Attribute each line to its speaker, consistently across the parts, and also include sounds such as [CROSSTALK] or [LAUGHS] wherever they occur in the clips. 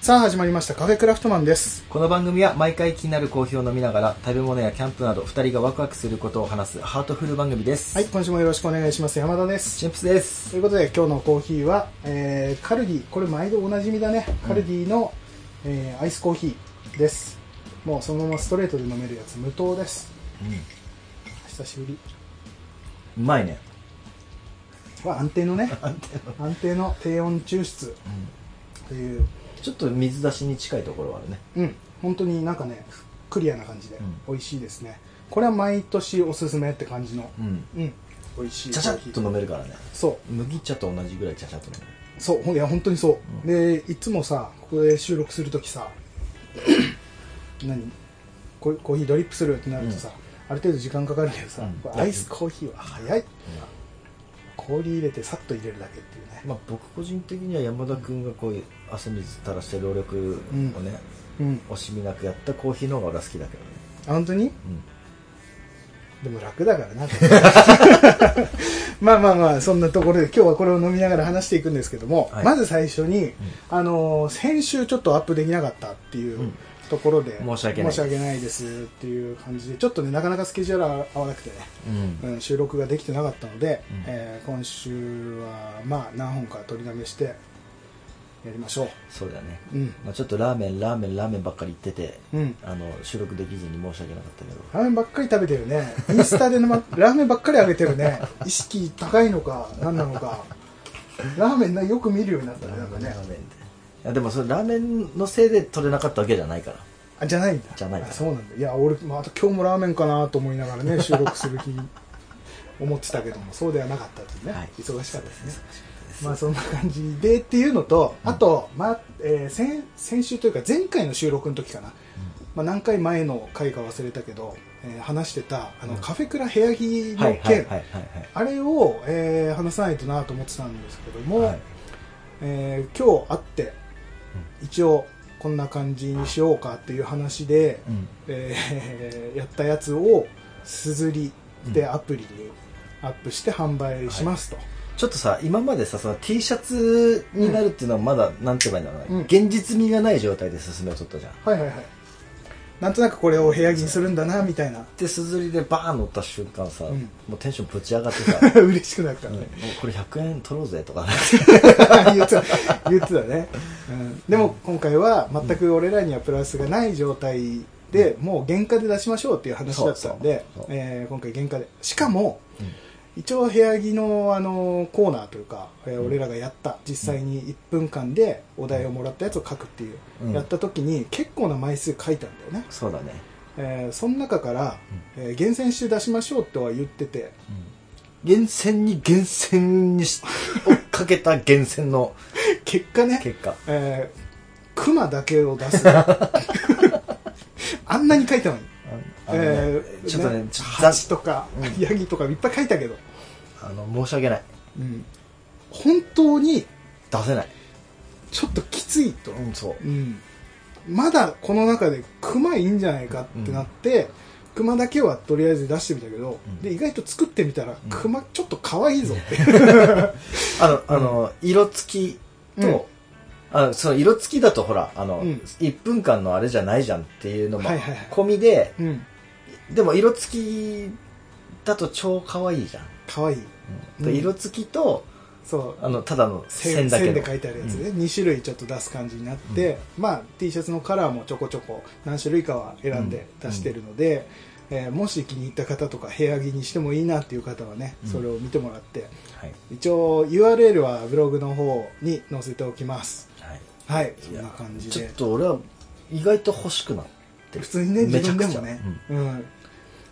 Speaker 1: さあ始まりましたカフェクラフトマンです
Speaker 2: この番組は毎回気になる好評を飲みながら食べ物やキャンプなど2人がワクワクすることを話すハートフル番組です
Speaker 1: はい今週もよろしくお願いします山田です
Speaker 2: チンプスで
Speaker 1: と
Speaker 2: す
Speaker 1: いうことで今日のコーヒーは、えーカルディこれ毎度おなじみだねカルディの、えーアイスコーヒーですもうそのままストレートで飲めるやつ無糖です久しぶり
Speaker 2: うまいね
Speaker 1: は安定の
Speaker 2: [LAUGHS]
Speaker 1: ね安定の低温抽出という
Speaker 2: ちょっと水出しに近いところはあるね
Speaker 1: うん本当になんかねふっくりやな感じで
Speaker 2: うん
Speaker 1: 美味しいですね、これは毎年おすすめって感じの
Speaker 2: うん
Speaker 1: うん美味しい
Speaker 2: ちゃちゃっと飲めるからね
Speaker 1: そう
Speaker 2: 麦茶と同じぐらいちゃちゃっと飲める
Speaker 1: そうほんいや本当にそう、でいつもさここで収録するときさ [COUGHS] 何ココーヒードリップするってなるとさ、ある程度時間かかるけどさ、
Speaker 2: うん
Speaker 1: これアイスコーヒーは早い氷入れてさっと入れるだけっていうね
Speaker 2: まあ僕個人的には山田君がこういう汗水垂らして労力をね、
Speaker 1: うん
Speaker 2: 惜しみなくやったコーヒーの方が俺は好きだけどね
Speaker 1: あ本当に
Speaker 2: う
Speaker 1: で
Speaker 2: ん
Speaker 1: も楽だからな [LAUGHS] まあまあまあそんなところで今日はこれを飲みながら話していくんですけども、
Speaker 2: はい
Speaker 1: まず最初に、あのー先週ちょっとアップできなかったっていううんところで、
Speaker 2: 申し訳ないです
Speaker 1: 申し訳ないですっていう感じでちょっとねなかなかスケジュールが合わなくてね、
Speaker 2: うん
Speaker 1: うん、収録ができてなかったので、
Speaker 2: うん
Speaker 1: えー今週はまあ何本か取りだめしてやりましょ
Speaker 2: そうだね
Speaker 1: ううん
Speaker 2: まあ、ちょっとラーメンラーメンラーメンばっかり言ってて、
Speaker 1: うん
Speaker 2: あの収録できずに申し訳なかったけど
Speaker 1: ラーメンばっかり食べてるね。インスタでの、ま、ラーメンばっかりあげてるね。意識高いのか、何なのか。ラーメンなよく見るようになったね、なんかね
Speaker 2: ラ。ーメンでいやでもそれラーメンのせいで取れなかったわけじゃないから
Speaker 1: あ、じゃないんだ。
Speaker 2: じゃない
Speaker 1: あそうなんだ。いや、俺、また今日もラーメンかなと思いながらね、
Speaker 2: [LAUGHS]
Speaker 1: 収録する気に思ってたけども、そうではなかったというね。
Speaker 2: はい
Speaker 1: 忙しかったですね。まあそんな感じでっていうのと、あと、まあえー先先週というか前回の収録の時かな、まあ、何回前の回か忘れたけど、えー話してたあの、
Speaker 2: うん
Speaker 1: カフェクラ部屋着
Speaker 2: は
Speaker 1: の
Speaker 2: いはいはい
Speaker 1: 件
Speaker 2: はいはい
Speaker 1: あれを、えー話さないとなと思ってたんですけども、
Speaker 2: はい
Speaker 1: えー今日会って、一応こんな感じにしようかっていう話で、
Speaker 2: うん
Speaker 1: えーや [LAUGHS] ったやつをすずりでアプリにアップして販売しますと、
Speaker 2: ちょっとさ今までさその T シャツになるっていうのはまだなんて言えばいいんだろうね、
Speaker 1: うん
Speaker 2: 現実味がない状態で進めを取ったじゃん
Speaker 1: はいはいはいなんとなくこれを部屋着にするんだなみたい
Speaker 2: [LAUGHS]
Speaker 1: な
Speaker 2: ですずりでバーン乗った瞬間さ、
Speaker 1: ん
Speaker 2: もうテンションぶち上がって
Speaker 1: [LAUGHS]
Speaker 2: さ、
Speaker 1: 嬉しくなった
Speaker 2: うんもう
Speaker 1: ね、
Speaker 2: これ100円取ろうぜとか
Speaker 1: [LAUGHS] 言ってた言ってたね、うん、でも今回は全く俺らにはプラスがない状態で、もう原価で出しましょうっていう話だったんで
Speaker 2: そうそうそう
Speaker 1: えー今回原価でしかも、
Speaker 2: うん
Speaker 1: 一応部屋着の、あのコーナーというか、えー俺らがやった実際に1分間でお題をもらったやつを書くっていう、
Speaker 2: うん
Speaker 1: やった時に結構な枚数書いたんだよね、
Speaker 2: そうだね、
Speaker 1: えーその中から、えー厳選して出しましょうとは言ってて
Speaker 2: 厳選に厳選にしをかけた厳選の
Speaker 1: [LAUGHS] 結果ね
Speaker 2: 結果
Speaker 1: えー、クマだけを出す [LAUGHS] あんなに書いたのに、
Speaker 2: あのね
Speaker 1: えー
Speaker 2: ちょっとね
Speaker 1: ね
Speaker 2: ちょっと
Speaker 1: ハ
Speaker 2: ざ
Speaker 1: チとか、
Speaker 2: う
Speaker 1: ヤギとかいっぱい書いたけど、
Speaker 2: あの申し訳ない
Speaker 1: うん、本当に
Speaker 2: 出せない
Speaker 1: ちょっときついと、
Speaker 2: うんそう
Speaker 1: うんまだこの中でクマいいんじゃないかってなって、クマだけはとりあえず出してみたけど、
Speaker 2: うん
Speaker 1: で意外と作ってみたら、クマちょっと可愛いぞって
Speaker 2: あの、あの、色付きと、あのその色付きだとほら、あの、
Speaker 1: うん
Speaker 2: 1分間のあれじゃないじゃんっていうのも
Speaker 1: はいはいはい
Speaker 2: 込みで、
Speaker 1: うん
Speaker 2: でも色付きだと超可愛いじゃん。
Speaker 1: 可愛いうん
Speaker 2: で色付きと、
Speaker 1: そう
Speaker 2: あの、ただの
Speaker 1: 線
Speaker 2: 線だけ
Speaker 1: 線
Speaker 2: の
Speaker 1: で書いてあるやつで、2種類ちょっと出す感じになって、まあ、T シャツのカラーもちょこちょこ何種類かは選んで出してるので、えーもし気に入った方とか部屋着にしてもいいなっていう方はね
Speaker 2: うん
Speaker 1: それを見てもらって、
Speaker 2: はい。
Speaker 1: 一応 URL はブログの方に載せておきます
Speaker 2: はい。
Speaker 1: はいそ
Speaker 2: い
Speaker 1: ん
Speaker 2: や
Speaker 1: な感じ
Speaker 2: ちょ
Speaker 1: で
Speaker 2: っと俺は意外と欲しくなってる
Speaker 1: 普通にね自
Speaker 2: めちゃ
Speaker 1: 分
Speaker 2: く
Speaker 1: で
Speaker 2: ちゃ
Speaker 1: もね、うん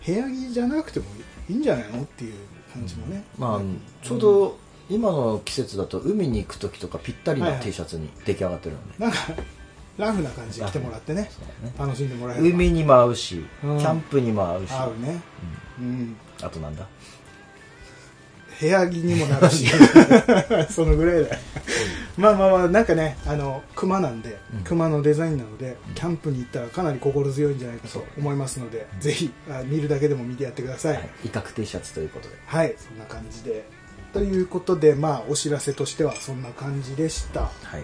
Speaker 1: 部屋着じゃなくてもいいんじゃないのっていう感じもね、
Speaker 2: まああの、ちょうど今の季節だと海に行く時とかぴったり
Speaker 1: はい
Speaker 2: の
Speaker 1: はい
Speaker 2: T シャツに出来上がってるのね。
Speaker 1: なんかラフな感じで来てもらってね
Speaker 2: そうだね
Speaker 1: 楽しんでもらえれば
Speaker 2: 海にも合うし、
Speaker 1: うん
Speaker 2: キャンプにも合うし、
Speaker 1: 合うね、うん、
Speaker 2: あとなんだ
Speaker 1: 部屋着にもな
Speaker 2: [LAUGHS]
Speaker 1: るしそのぐらいだよまあまあまあなんかねあの熊なんで、
Speaker 2: うん
Speaker 1: 熊のデザインなのでキャンプに行ったらかなり心強いんじゃないかと思いますので、ぜひあ見るだけでも見てやってください
Speaker 2: は
Speaker 1: はいい、
Speaker 2: 威嚇 T シャツということで
Speaker 1: そんな感じでということでまあお知らせとしてはそんな感じでした
Speaker 2: はい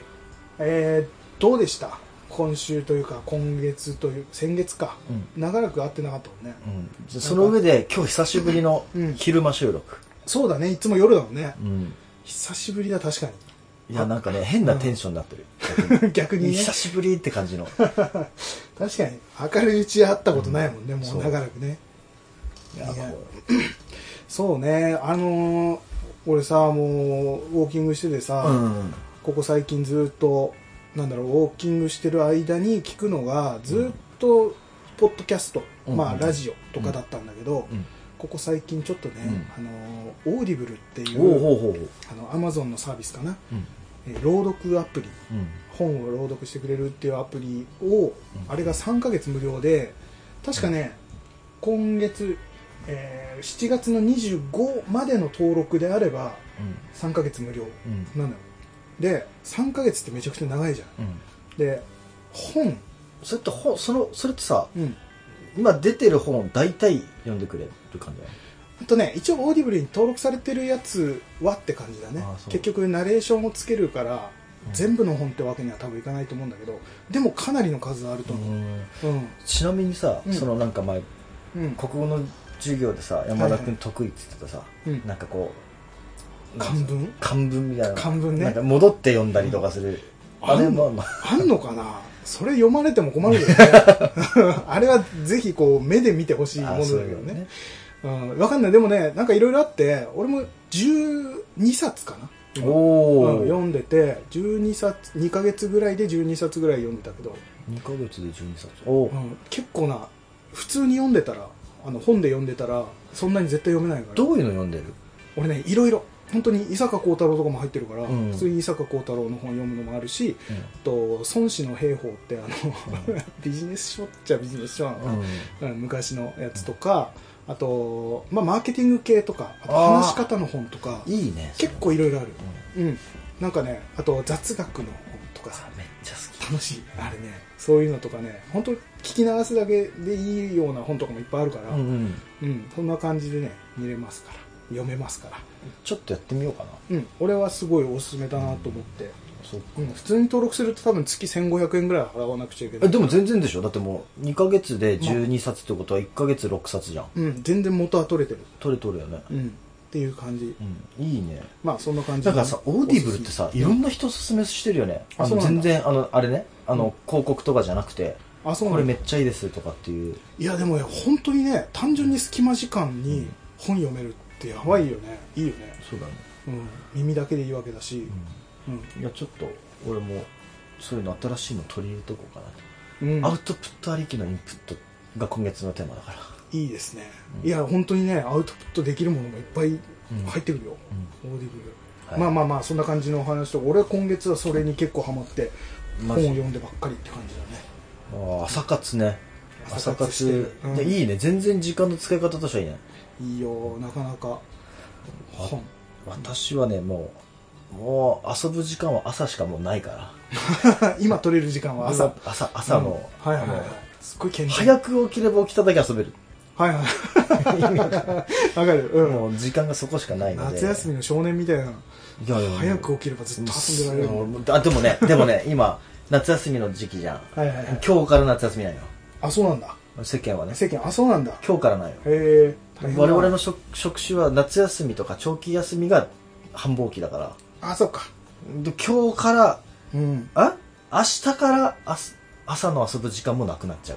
Speaker 1: えーっどうでした今週というか今月という先月か、
Speaker 2: う
Speaker 1: 長らく会ってなかったもんね、
Speaker 2: うんじゃあその上で今日久しぶりの
Speaker 1: うん
Speaker 2: 昼間収録、
Speaker 1: そうだねいつも夜だもんね、
Speaker 2: うん
Speaker 1: 久しぶりだ確か
Speaker 2: いやなんかね変なテンションになってる、
Speaker 1: に [LAUGHS] 逆にね
Speaker 2: 久しぶりって感じの
Speaker 1: 確かに明るいうち会ったことないもんね、もう長らくね
Speaker 2: いや
Speaker 1: いや
Speaker 2: もう
Speaker 1: そうねあのー俺さもうウォーキングしててさ、
Speaker 2: うん
Speaker 1: ここ最近ずっとなんだろうウォーキングしてる間に聞くのがずっとポッドキャスト、
Speaker 2: うん
Speaker 1: まあ
Speaker 2: うん
Speaker 1: ラジオとかだったんだけど、
Speaker 2: うん
Speaker 1: ここ最近ちょっとね、あのーオーディブルってい
Speaker 2: おう
Speaker 1: う
Speaker 2: ほうほうほう
Speaker 1: あのアマゾンのサービスかな、
Speaker 2: うん
Speaker 1: えー朗読アプリ
Speaker 2: うん
Speaker 1: 本を朗読してくれるっていうアプリを、あれが3ヶ月無料で確かね、今月、えー7月の25までの登録であれば3ヶ月無料
Speaker 2: うん
Speaker 1: なのよで3ヶ月ってめちゃくちゃ長いじゃん
Speaker 2: うん
Speaker 1: で本、
Speaker 2: それって本そのそれってさ
Speaker 1: うん、
Speaker 2: 今出てる本大体読んでくれる感じだよね
Speaker 1: あとね一応オーディブルに登録されてるやつはって感じだね
Speaker 2: あそう
Speaker 1: 結局ナレーションをつけるから
Speaker 2: うん
Speaker 1: 全部の本ってわけには多分いかないと思うんだけどでもかなりの数あると思う、うん
Speaker 2: ちなみにさ、
Speaker 1: うん
Speaker 2: そのなんか前
Speaker 1: うん、
Speaker 2: 国語の授業でさ山田君得意って言ってたさ、
Speaker 1: うん
Speaker 2: なんかこう
Speaker 1: 漢文
Speaker 2: 漢文みたいな
Speaker 1: 漢文ね
Speaker 2: なんか戻って読んだりとかする、
Speaker 1: うん
Speaker 2: あれ
Speaker 1: あん
Speaker 2: ま
Speaker 1: の
Speaker 2: あまあ
Speaker 1: あんのかなそれ読まれても困る
Speaker 2: [LAUGHS]
Speaker 1: よね。あれはぜひこう目で見てほしいもの
Speaker 2: あ
Speaker 1: だけ
Speaker 2: そう
Speaker 1: ど
Speaker 2: いうの
Speaker 1: ね。うん、わかんない。でもね、なんかいろいろあって、俺も12冊かな。今
Speaker 2: おお、
Speaker 1: うん読んでて、12冊、2ヶ月ぐらいで12冊ぐらい読んでたけど、
Speaker 2: 2ヶ月で12冊おお、
Speaker 1: うん、結構な、普通に読んでたら、あの本で読んでたら、そんなに絶対読めないから。
Speaker 2: どういうの読んでる
Speaker 1: 俺ね、いろいろ。本当に伊坂幸太郎とかも入ってるから、
Speaker 2: うん
Speaker 1: 普通に伊坂幸太郎の本読むのもあるし、えっと孫子の兵法ってあの、 [LAUGHS] ビジネス書っちゃビジネス書なのか
Speaker 2: う
Speaker 1: な、う
Speaker 2: ん、
Speaker 1: ん昔のやつとかあと、まあ、マーケティング系とかあと
Speaker 2: あー
Speaker 1: 話し方の本とか
Speaker 2: いいねそれ
Speaker 1: 結構いろいろある、うん、なんかねあと雑学の本とかさ
Speaker 2: あめっちゃ好き
Speaker 1: 楽しいあれねそういうのとかね本当聞き流すだけでいいような本とかもいっぱいあるから、
Speaker 2: う
Speaker 1: うん
Speaker 2: んうん
Speaker 1: そんな感じでね見れますから読めますから、
Speaker 2: ちょっとやってみようかな
Speaker 1: うん、俺はすごいおすすめだなと思って、
Speaker 2: そっか
Speaker 1: うん、普通に登録すると多分月1500円ぐらい払わなくちゃいけな
Speaker 2: え
Speaker 1: い
Speaker 2: でも全然でしょだってもう2ヶ月で12冊ってことは1ヶ月6冊じゃん
Speaker 1: うん、全然元は取れてる、
Speaker 2: 取れ取るよね
Speaker 1: うん、っていう感じ、
Speaker 2: うんいいね
Speaker 1: まあそんな感じ
Speaker 2: だからさオーディブルってさいろんな人おすすめしてるよね
Speaker 1: あ
Speaker 2: あ
Speaker 1: そう
Speaker 2: の
Speaker 1: なんだ
Speaker 2: 全然あのあれねあの広告とかじゃなくて
Speaker 1: あそう
Speaker 2: こ
Speaker 1: な
Speaker 2: れ
Speaker 1: ん
Speaker 2: め
Speaker 1: だ
Speaker 2: っちゃいいですとかっていう
Speaker 1: いやでもね本当にね単純に隙間時間に本読めるってやばいよねいいよね、
Speaker 2: そうだね
Speaker 1: うん、耳だけでいいわけだし、うん
Speaker 2: いやちょっと俺もそういうの新しいの取り入れとこうかな
Speaker 1: うん
Speaker 2: アウトプットありきのインプットが今月のテーマだから
Speaker 1: いいですね、いや本当にねアウトプットできるものがいっぱい入ってくるよ、オーディブル、
Speaker 2: はい
Speaker 1: まあまあまあそんな感じのお話と俺は今月はそれに結構ハマって本を
Speaker 2: マジ
Speaker 1: 読んでばっかりって感じだね
Speaker 2: ああ朝活ね
Speaker 1: 朝
Speaker 2: 朝
Speaker 1: 活してる
Speaker 2: 活で
Speaker 1: うん
Speaker 2: いいね全然時間の使い方としてはいいね
Speaker 1: いいよなかなか本
Speaker 2: 私はねもうもう遊ぶ時間は朝しかもうないから
Speaker 1: [LAUGHS] 今取れる時間は朝
Speaker 2: 朝朝の,、
Speaker 1: うんはいはいはい
Speaker 2: あの
Speaker 1: すっごい健全
Speaker 2: 早く起きれば起きただけ遊べる
Speaker 1: はいはい。 [LAUGHS] わかる。うん。
Speaker 2: もう時間がそこしかないので
Speaker 1: 夏休みの少年みたいな。
Speaker 2: いやいや
Speaker 1: 早く起きればずっと遊んでられるもん。
Speaker 2: もうあでもねでもね今夏休みの時期じゃん、
Speaker 1: はいはいはい
Speaker 2: 今日から夏休みなのよ
Speaker 1: あ、そうなんだ。
Speaker 2: 世間はね
Speaker 1: 世間、あ、そうなんだ。
Speaker 2: 今日からなんよ
Speaker 1: へえ。大変だ
Speaker 2: 我々の。職職種は夏休みとか長期休みが繁忙期だから
Speaker 1: あ、そっか。
Speaker 2: で今日から
Speaker 1: うん。
Speaker 2: あ明日からあす朝の遊ぶ時間もなくなっちゃう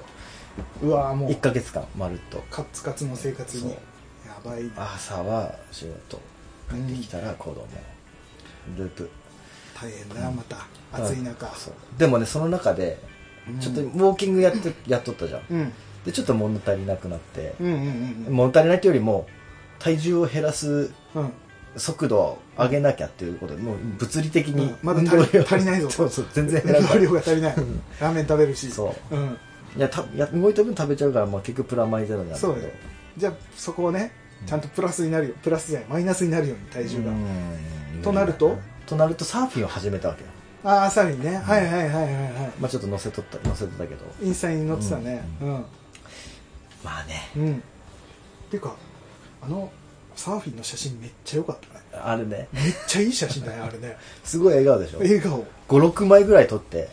Speaker 1: うわもう
Speaker 2: 1、ヶ月間まるっと
Speaker 1: カツカツの生活に。
Speaker 2: そ
Speaker 1: や
Speaker 2: う
Speaker 1: ばいな。
Speaker 2: 朝は仕事帰ってきたら子供、ループ
Speaker 1: 大変だ、また。暑い中。
Speaker 2: そうでもねその中でちょっとウォーキングやって、
Speaker 1: [LAUGHS]
Speaker 2: やっとったじゃん
Speaker 1: うん。
Speaker 2: でちょっと物足りなくなって
Speaker 1: うんうんうん
Speaker 2: 物足りないっていうよりも体重を減らす
Speaker 1: うん。 [LAUGHS] うん。
Speaker 2: 速度を上げなきゃっていうことでもう物理的に、
Speaker 1: うんまだ足り
Speaker 2: 運動量
Speaker 1: 足りないぞ
Speaker 2: [LAUGHS] そうそう全然減らな
Speaker 1: 運動
Speaker 2: い
Speaker 1: 量が足りない。ラーメン食べるし。。
Speaker 2: そう
Speaker 1: うん。
Speaker 2: いやたいや動いた分食べちゃうから、まあ、結局プラマイゼロになるけ
Speaker 1: そ
Speaker 2: ど
Speaker 1: うだよ。じゃあ、そこをね、ちゃんとプラスになるよ。プラスじゃない、マイナスになるように、体重が。
Speaker 2: うん
Speaker 1: となると
Speaker 2: となるとサーフィンを始めたわけよ
Speaker 1: ああ、サーフィンね。はいはいはいはいはい。
Speaker 2: まあちょっと載せとった載せてたけど
Speaker 1: インスタに載ってたね。うん。
Speaker 2: まあね
Speaker 1: うん。っていうか、あの、サーフィンの写真めっちゃ良かったね
Speaker 2: あるね。
Speaker 1: めっちゃいい写真だ
Speaker 2: [LAUGHS]
Speaker 1: ねあれね
Speaker 2: すごい笑顔でしょ。
Speaker 1: 笑顔
Speaker 2: 5、6枚ぐらい撮って、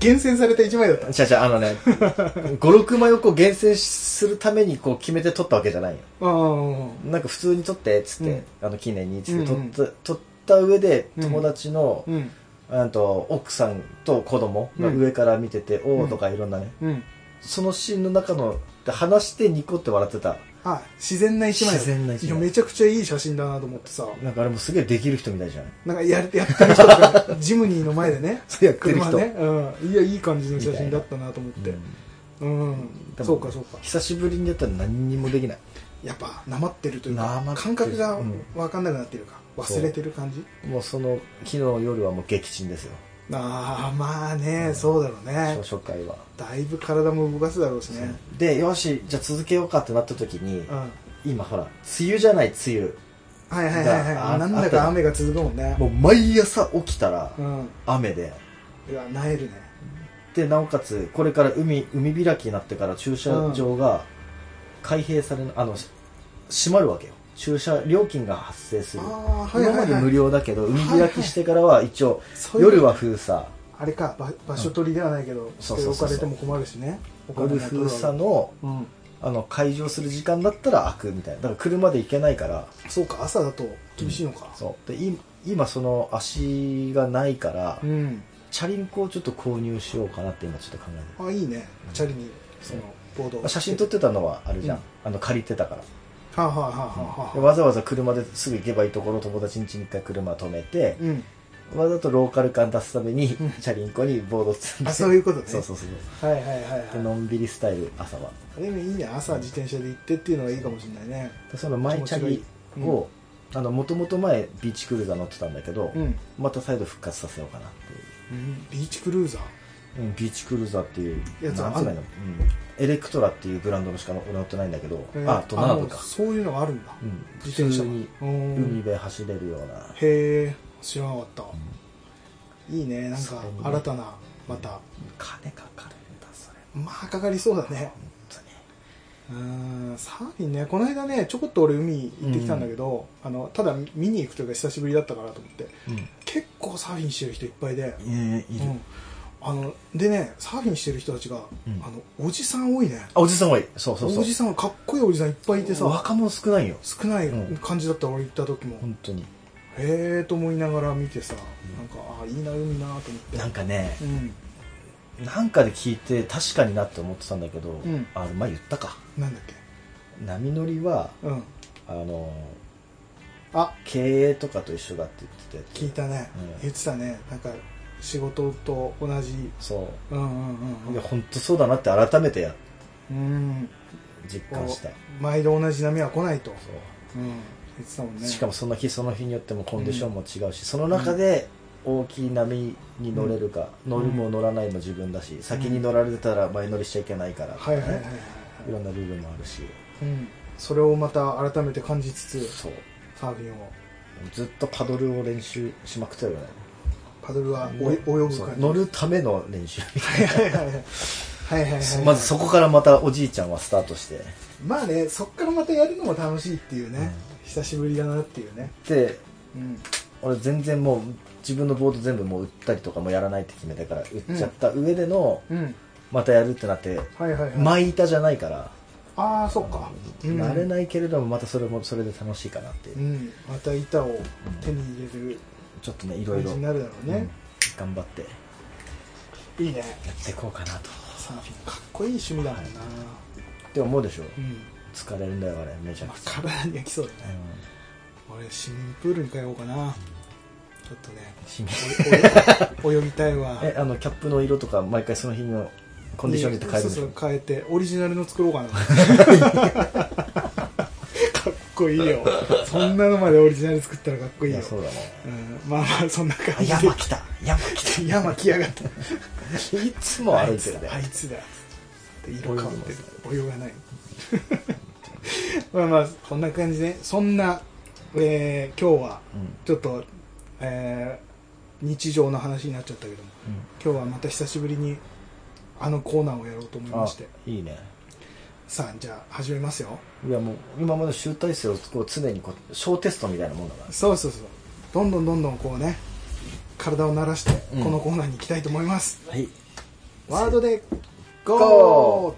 Speaker 1: 厳選された1枚だった
Speaker 2: じゃあじゃああ
Speaker 1: [LAUGHS]
Speaker 2: のね、5、6枚をこう厳選するためにこう決めて撮ったわけじゃないよ。
Speaker 1: ああ
Speaker 2: なんか普通に撮って、つって、あの、近年に、つって撮
Speaker 1: うんうん
Speaker 2: った、撮った上で、
Speaker 1: うん
Speaker 2: 友達の、
Speaker 1: うん
Speaker 2: あと奥さんと子供が
Speaker 1: うん
Speaker 2: 上から見てて、
Speaker 1: ん
Speaker 2: おーとかいろんなね、
Speaker 1: うん
Speaker 2: そのシーンの中の、で話してニコって笑ってた。
Speaker 1: あ自然な一枚だ
Speaker 2: 自然な一枚
Speaker 1: いやめちゃくちゃいい写真だなと思ってさ
Speaker 2: なんかあれもすげえできる人みたいじゃない
Speaker 1: なんかややってる人とかジムニーの前でね
Speaker 2: そう [LAUGHS] やってる人
Speaker 1: 車ね、うん、いやいい感じの写真だったなと思ってうん、
Speaker 2: でも
Speaker 1: そうかそうか
Speaker 2: 久しぶりにやったら何にもできない。
Speaker 1: やっぱなまってるというか
Speaker 2: なまってる
Speaker 1: 感覚が
Speaker 2: うん
Speaker 1: 分かんなくなってるか、忘れてる感じ
Speaker 2: もうその、昨日の夜はもう撃沈ですよ。
Speaker 1: ああまあね、そうだろうね
Speaker 2: 初回は。
Speaker 1: だいぶ体も動かすだろうしね
Speaker 2: で、よし、じゃあ続けようかってなった時に、
Speaker 1: うんはい
Speaker 2: 今ほら、梅雨じゃない梅雨。
Speaker 1: はいはいは
Speaker 2: あ
Speaker 1: いなんだか雨が続くもんね
Speaker 2: もう毎朝起きたら
Speaker 1: うん
Speaker 2: 雨で、
Speaker 1: いやなえるね
Speaker 2: で、なおかつ、これから海、海開きになってから駐車場が開閉されな、あの、し閉まるわけよ。駐車料金が発生する。
Speaker 1: ああーはい
Speaker 2: 今
Speaker 1: は
Speaker 2: ま
Speaker 1: い
Speaker 2: で
Speaker 1: はい
Speaker 2: 無料だけど、海開きしてからは一応、
Speaker 1: そういう
Speaker 2: 夜は封鎖。
Speaker 1: あれか場場所取りではないけど、
Speaker 2: そ
Speaker 1: そ
Speaker 2: うそうそう
Speaker 1: 置
Speaker 2: そう
Speaker 1: かれても困るしねお
Speaker 2: 夜
Speaker 1: 金が取
Speaker 2: 封
Speaker 1: る
Speaker 2: 鎖の、
Speaker 1: うん
Speaker 2: あの、解除する時間だったら開くみたいな。だから車で行けないから、
Speaker 1: そうか朝だと厳しいのか
Speaker 2: そう。で、い今その足がないから
Speaker 1: う、ん、
Speaker 2: チャリンコをちょっと購入しようかなって今ちょっと考えてる。
Speaker 1: あいいねチャリにそのボードを
Speaker 2: 写真撮ってたのはあれじゃん、
Speaker 1: うん
Speaker 2: あの借りてたから、
Speaker 1: はあ、はあはあはあ
Speaker 2: で
Speaker 1: はあ
Speaker 2: わざわざ車ですぐ行けばいいところ友達ん家に一回車止めて、
Speaker 1: うん
Speaker 2: わざとローカル感出すために、
Speaker 1: うん
Speaker 2: チャリンコにボード積んで
Speaker 1: あそういうことね
Speaker 2: そうそうそう
Speaker 1: はいはいはい
Speaker 2: で
Speaker 1: は
Speaker 2: のんびりスタイル朝はい
Speaker 1: でもいいね朝自転車で行ってっていうのがいいかもしれないね
Speaker 2: でその前チャ
Speaker 1: 気持
Speaker 2: リ
Speaker 1: ちがいい
Speaker 2: をあのもともと前ビーチクルーザー乗ってたんだけど、
Speaker 1: うん、
Speaker 2: また再度復活させようかなっていう
Speaker 1: うん、ビーチクルーザー
Speaker 2: うんビーチクルーザーっていう
Speaker 1: やつ
Speaker 2: な
Speaker 1: は
Speaker 2: んつ
Speaker 1: あ
Speaker 2: うん
Speaker 1: の
Speaker 2: だろううんエレクトラっていうブランドのしか俺乗ってないんだけど、
Speaker 1: え
Speaker 2: あ
Speaker 1: ー
Speaker 2: トナード
Speaker 1: あも
Speaker 2: か
Speaker 1: う、そういうのがあるんだ、
Speaker 2: うん、
Speaker 1: 自転車
Speaker 2: 普通に海
Speaker 1: 海
Speaker 2: 辺走れるような
Speaker 1: へえ知らなかった、いいねなん
Speaker 2: そ
Speaker 1: か
Speaker 2: れに
Speaker 1: 新たなまた
Speaker 2: 金かかるんだそれ
Speaker 1: まあかかりそうだね
Speaker 2: 本当に
Speaker 1: うーんサーフィンねこの間ねちょこっと俺海行ってきたんだけど、あのただ見に行くというか久しぶりだったからと思って結構サーフィンしてる人いっぱいで、
Speaker 2: ええい
Speaker 1: うんあのでねサーフィンしてる人たちが、
Speaker 2: うん
Speaker 1: あのおじさん多いね
Speaker 2: あおじさん多いそうそうそう
Speaker 1: おじさんかっこいいおじさんいっぱいいてさ
Speaker 2: 若者少ないよ
Speaker 1: 少ない
Speaker 2: うん
Speaker 1: 感じだった、俺行った時も、
Speaker 2: 本当に
Speaker 1: へえと思いながら見てさ、なんかああいいな海なと思って
Speaker 2: なんかね
Speaker 1: うん
Speaker 2: なんかで聞いて確かになって思ってたんだけど、
Speaker 1: ん
Speaker 2: あ前言ったか
Speaker 1: なんだっけ
Speaker 2: 波乗りは
Speaker 1: うん
Speaker 2: あの
Speaker 1: あ
Speaker 2: 経営とかと一緒だって言ってて
Speaker 1: 聞いたね、
Speaker 2: うん
Speaker 1: 言ってたねなんか仕事と同じ
Speaker 2: そ
Speaker 1: うんうんう
Speaker 2: う
Speaker 1: ん
Speaker 2: い
Speaker 1: うん
Speaker 2: や本当そうだなって改めてや
Speaker 1: うん
Speaker 2: 実
Speaker 1: こ
Speaker 2: 感したそう
Speaker 1: 毎度同じ波は来ないと、うん、言ってたもん
Speaker 2: う、
Speaker 1: ね
Speaker 2: しかもその日その日によってもコンディションも違うし、その中で大きい波に乗れるか、乗るも乗らないも自分だし、先に乗られてたら前乗りしちゃいけないから、
Speaker 1: はいはいはいはいはい
Speaker 2: ろんなルールもあるし、
Speaker 1: い、うん、それをまた改めて感じつつ
Speaker 2: そう。
Speaker 1: サーフィンを
Speaker 2: ずっとパドルを練習しまくってたよね。
Speaker 1: パドルはお
Speaker 2: の
Speaker 1: 泳ぐ
Speaker 2: そう
Speaker 1: 感じ
Speaker 2: 乗るための練習。
Speaker 1: はいはいはいはいはいはいはい
Speaker 2: [LAUGHS] まずそこからまたおじいちゃんはスタートして。
Speaker 1: まあねそっからまたやるのも楽しいっていうね、久しぶりだなっていうね
Speaker 2: で、
Speaker 1: うん
Speaker 2: 俺全然もう自分のボード全部もう売ったりとかもやらないって決めたから売っちゃった上での、
Speaker 1: うん
Speaker 2: またやるってなって、
Speaker 1: はいはいはい、
Speaker 2: 前板じゃないから、
Speaker 1: ああそっか、うん、
Speaker 2: 慣れないけれどもまたそれもそれで楽しいかなって、
Speaker 1: うん、また板を手に入れる
Speaker 2: ちょっとね、いろい
Speaker 1: 感じ
Speaker 2: ろ、
Speaker 1: になるだろう
Speaker 2: うん
Speaker 1: ね、
Speaker 2: 頑張ってや
Speaker 1: いいね
Speaker 2: っていこうかなと。
Speaker 1: サーフィンかっこいい趣味だもんな、
Speaker 2: って思うでしょ
Speaker 1: うん
Speaker 2: 疲れるんだよ、あれ。めちゃ
Speaker 1: まあ
Speaker 2: くちゃ。
Speaker 1: 体にはきそうだね
Speaker 2: うん
Speaker 1: 俺市民プールに通おうかなちょっとね
Speaker 2: しみ
Speaker 1: [LAUGHS] お泳ぎ泳ぎたいわ
Speaker 2: えあのキャップの色とか毎回その日のコンディションによって変えるんでし
Speaker 1: そう
Speaker 2: ょ
Speaker 1: そう変えてオリジナルの作ろう
Speaker 2: [LAUGHS]
Speaker 1: かなかっこいいよそんなのまでオリジナル作ったらかっこいい
Speaker 2: い
Speaker 1: よ
Speaker 2: やそうだね
Speaker 1: うん、まあまあそんな
Speaker 2: あ
Speaker 1: 感じで
Speaker 2: 山来た山来た
Speaker 1: 山来やがった
Speaker 2: いつも歩いてるね
Speaker 1: あいつだあいつだ色変わってる泳がない [LAUGHS] まあまあこんな感じでそんな、えー今日は
Speaker 2: うん
Speaker 1: ちょっと、えー日常の話になっちゃったけども今日はまた久しぶりにあのコーナーをやろうと思いま
Speaker 2: あ
Speaker 1: して
Speaker 2: いいね
Speaker 1: さあじゃあ始めますよ
Speaker 2: いやもう今までの集大成をこう常にこう小テストみたいなもんだから
Speaker 1: そうそうそうどんどんどんどんこうね体を慣らして
Speaker 2: うん
Speaker 1: このコーナーに行きたいと思います、
Speaker 2: はい
Speaker 1: ワードでゴ
Speaker 2: ゴ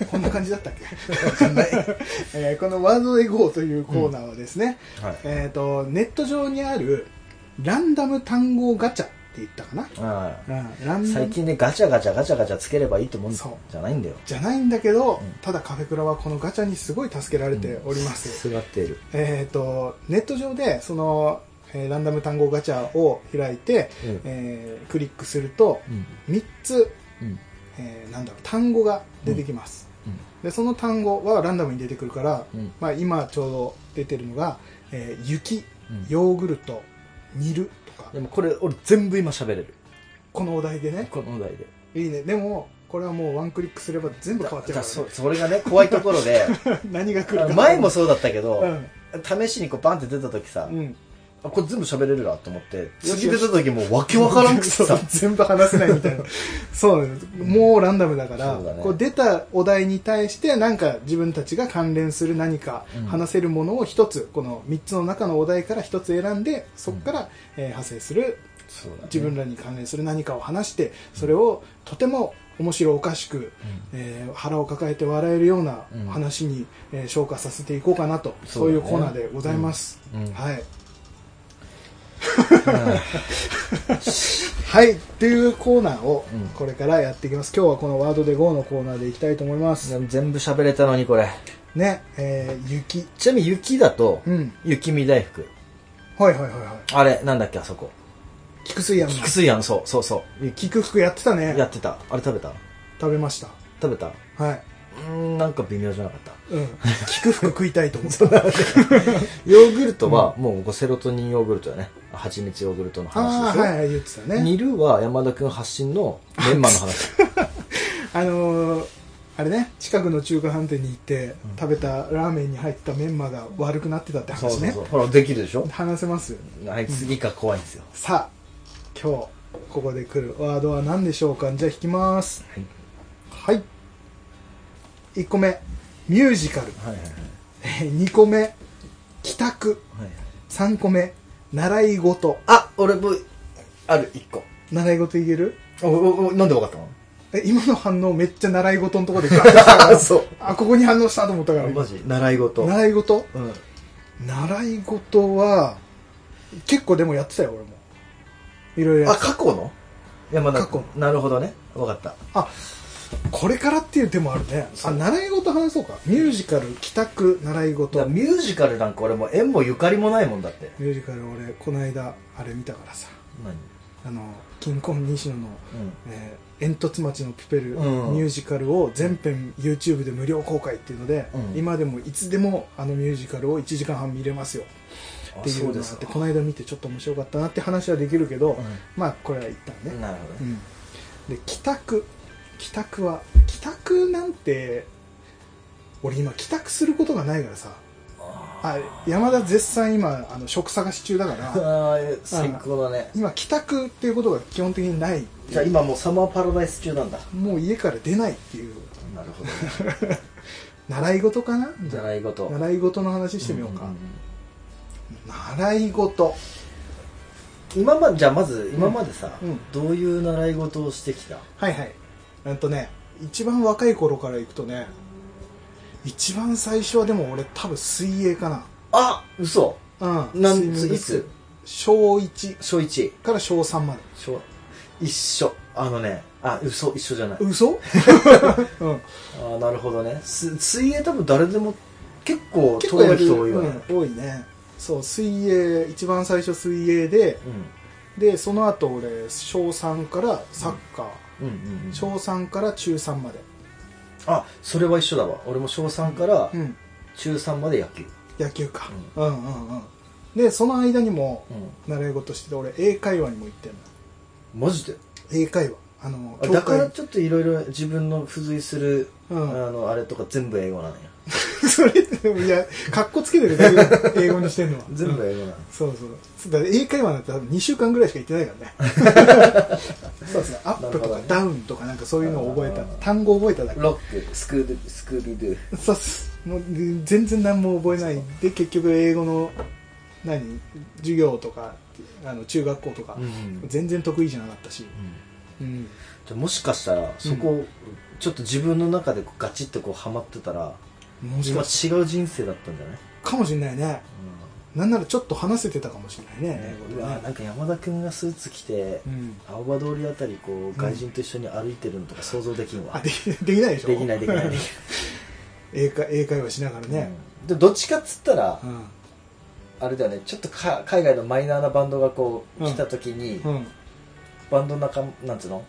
Speaker 1: ーこんな感じだったっけわかんない、 [LAUGHS] えーこのワードでゴーというコーナーはですね、
Speaker 2: うんはい
Speaker 1: えっ、とネット上にあるランダム単語ガチャって言ったかな、
Speaker 2: ああ
Speaker 1: うん、ランダ
Speaker 2: 最
Speaker 1: ム
Speaker 2: 近ねガチャガチャガチャガチャつければいいってもんじ
Speaker 1: そう
Speaker 2: ゃないんだよ
Speaker 1: じゃないんだけど、
Speaker 2: ん
Speaker 1: ただカフェクラはこのガチャにすごい助けられております、
Speaker 2: すがっている
Speaker 1: えー、とネット上でその、えーランダム単語ガチャを開いて、
Speaker 2: うん
Speaker 1: えークリックすると
Speaker 2: うん
Speaker 1: 3つ、
Speaker 2: うん
Speaker 1: えーなんだろう単語が出てきます、でその単語はランダムに出てくるから、
Speaker 2: うん
Speaker 1: まあ、今ちょうど出てるのが、えー雪
Speaker 2: うん
Speaker 1: ヨーグルト煮るとか
Speaker 2: でもこれ俺全部今喋れる
Speaker 1: このお題でね
Speaker 2: このお題で
Speaker 1: いいねでもこれはもうワンクリックすれば全部変わっちゃう
Speaker 2: だ
Speaker 1: か
Speaker 2: そそれがね怖いところで
Speaker 1: ら、ね、 [LAUGHS] 何 [LAUGHS] が来るか
Speaker 2: 前もそうだったけど、
Speaker 1: うん
Speaker 2: 試しにこうバンって出た時さ、
Speaker 1: うん
Speaker 2: あこれ全部喋れるなと思って
Speaker 1: よし
Speaker 2: 次出た時もう訳分からんく
Speaker 1: [LAUGHS]
Speaker 2: てさ
Speaker 1: 全部話せないみたいなそうなんですもうランダムだから
Speaker 2: そうだね
Speaker 1: こう出たお題に対してなんか自分たちが関連する何か
Speaker 2: うん
Speaker 1: 話せるものを一つこの3つの中のお題から一つ選んでそこから、えー派生する
Speaker 2: そうだね
Speaker 1: 自分らに関連する何かを話してそれをとても面白おかしく、えー腹を抱えて笑えるような
Speaker 2: うん
Speaker 1: 話に、えー昇華させていこうかなとそ,、
Speaker 2: そううだ
Speaker 1: い
Speaker 2: ね
Speaker 1: うコーナーでございます、
Speaker 2: うんうん
Speaker 1: はい [LAUGHS] はいっていうコーナーを
Speaker 2: うん
Speaker 1: これからやっていきます今日はこの「ワードで GO」のコーナーでいきたいと思います
Speaker 2: 全部喋れたのにこれ
Speaker 1: ねえー雪
Speaker 2: ちなみに雪だと、
Speaker 1: うん
Speaker 2: 雪見大福
Speaker 1: はいはいはいは
Speaker 2: あれなんだっけあそこ
Speaker 1: い菊水庵の
Speaker 2: 菊水庵そうそうそう雪
Speaker 1: 菊服やってた
Speaker 2: や
Speaker 1: ね
Speaker 2: ってたあれ食べた
Speaker 1: 食べました
Speaker 2: 食べたう
Speaker 1: はい
Speaker 2: ーんなんか微妙じゃなかった [LAUGHS]
Speaker 1: うん、菊服食いたいと思ってた
Speaker 2: ヨーグルトはもうこうセロトニンヨーグルトだね蜂蜜ヨーグルトの話
Speaker 1: あ
Speaker 2: で
Speaker 1: あ
Speaker 2: しょ、
Speaker 1: はいはい言ってたね
Speaker 2: 煮るは山田君発信のメンマの話
Speaker 1: あのーあれね近くの中華飯店に行って食べたラーメンに入ってたメンマが悪くなってたって
Speaker 2: [LAUGHS] そう
Speaker 1: 話
Speaker 2: そう
Speaker 1: ね
Speaker 2: そうほらできるでしょ
Speaker 1: 話せます
Speaker 2: あいつ以下怖いんですよ
Speaker 1: さあ今日ここで来るワードは何でしょうかじゃあ引きます
Speaker 2: はい
Speaker 1: はい1個目ミュージカル
Speaker 2: はいはい
Speaker 1: 2個目帰宅
Speaker 2: はい
Speaker 1: 3個目習い事
Speaker 2: あ俺もある一個
Speaker 1: 習い事言える
Speaker 2: おおおなんで分かったの
Speaker 1: え今の反応めっちゃ習い事のところでガッてしたから
Speaker 2: [LAUGHS] そう
Speaker 1: あここに反応したと思ったから
Speaker 2: マジ習い事
Speaker 1: 習い事
Speaker 2: うん
Speaker 1: 習い事は結構でもやってたよ俺もいろいろや
Speaker 2: あ
Speaker 1: ってた
Speaker 2: 過去の山田
Speaker 1: 過去
Speaker 2: 君なるほどね分かった
Speaker 1: あこれからっていう手もあるねあ習い事話そうかミュージカル帰宅習い
Speaker 2: だから
Speaker 1: 事
Speaker 2: ミュージカルなんか俺もう縁もゆかりもないもんだって
Speaker 1: ミュージカル俺この間あれ見たからさ
Speaker 2: 何
Speaker 1: あの金婚西野の、
Speaker 2: うん
Speaker 1: えー煙突町のプペル」
Speaker 2: うん
Speaker 1: ミュージカルを全編 YouTube で無料公開っていうので、
Speaker 2: うん
Speaker 1: 今でもいつでもあのミュージカルを1時間半見れますよっていうのがあってこの間見てちょっと面白かったなって話はできるけど、
Speaker 2: ん
Speaker 1: まあこれは一旦ね、
Speaker 2: なるほど
Speaker 1: う
Speaker 2: ね
Speaker 1: んで帰宅帰宅は帰宅なんて俺今帰宅することがないからさあ山田絶賛今あの職探し中だか
Speaker 2: [LAUGHS]
Speaker 1: ら
Speaker 2: あー最高だね
Speaker 1: 今帰宅っていうことが基本的にない
Speaker 2: じゃあ今もうサマーパラダイス中なんだ
Speaker 1: もう家から出ないっていう [LAUGHS]
Speaker 2: なるほど
Speaker 1: 習い事かなじゃ
Speaker 2: 習い事
Speaker 1: あ習い事の話してみようか、
Speaker 2: んんん
Speaker 1: 習い事
Speaker 2: 今までじゃあまず今までさ
Speaker 1: うん
Speaker 2: どういう習い事をしてきた
Speaker 1: はいはいうんとね一番若い頃から行くとね一番最初はでも俺多分水泳かな
Speaker 2: あ嘘
Speaker 1: うん
Speaker 2: なん
Speaker 1: スイミング
Speaker 2: いつ
Speaker 1: 小1
Speaker 2: 小1
Speaker 1: から小3まで
Speaker 2: 小一緒あのねあ嘘一緒じゃない
Speaker 1: 嘘うん
Speaker 2: ああなるほどねす水泳多分誰でも結構
Speaker 1: 結
Speaker 2: 通
Speaker 1: 構や
Speaker 2: る
Speaker 1: る
Speaker 2: 人多いよね
Speaker 1: うん多いねそう水泳一番最初水泳ででその後俺小3からサッカー、
Speaker 2: うんうんうん
Speaker 1: 小3から中3まで
Speaker 2: あそれは一緒だわ俺も小3から
Speaker 1: うん
Speaker 2: 中3まで野球
Speaker 1: 野球か、うん、うんうんでその間にも習い事してて俺英会話にも行ってんの
Speaker 2: マジで
Speaker 1: 英会話あの
Speaker 2: あだからちょっといろいろ自分の付随する、
Speaker 1: うん
Speaker 2: あのあれとか全部英語なのよ
Speaker 1: それってでもいやかっこつけてるだけだよ英語にしてんのは
Speaker 2: 全部英語なの
Speaker 1: そうそうそうだから英会話なんて多分2週間ぐらいしか行ってないから
Speaker 2: [LAUGHS]
Speaker 1: ねそうですねアップと
Speaker 2: なるほど
Speaker 1: か
Speaker 2: ね
Speaker 1: ダウンとかなんかそういうのを覚えた
Speaker 2: あー
Speaker 1: 単語覚えただけ
Speaker 3: ロック、スクール、スクールドゥ。
Speaker 1: そうっすもう全然何も覚えないで結局英語の何授業とかあの中学校とか、
Speaker 2: うん
Speaker 1: 全然得意じゃなかったし、うん、
Speaker 2: じゃあもしかしたらそこ、ちょっと自分の中でこうガチッとこうハマってたら
Speaker 1: もし
Speaker 2: 今
Speaker 1: かし
Speaker 2: 違う人生だったんじゃない、
Speaker 1: かもしれないねなんならちょっと話せてたかもしれないね
Speaker 2: ね
Speaker 1: 英語
Speaker 2: う
Speaker 1: で
Speaker 2: わ
Speaker 1: ね
Speaker 2: なんか山田君がスーツ着て、
Speaker 1: うん
Speaker 2: 青葉通りあたりこう外人と一緒に歩いてるのとか想像できんわ、
Speaker 1: あできできないでしょ
Speaker 2: できないできないでき
Speaker 1: 英会英会話しながら
Speaker 2: ない、
Speaker 1: ね、
Speaker 2: うんでどっちかっつったら、
Speaker 1: うん
Speaker 2: あれだよねちょっとか海外のマイナーなバンドがこう
Speaker 1: うん
Speaker 2: 来た時に、
Speaker 1: うん、
Speaker 2: バンド仲間なんつうの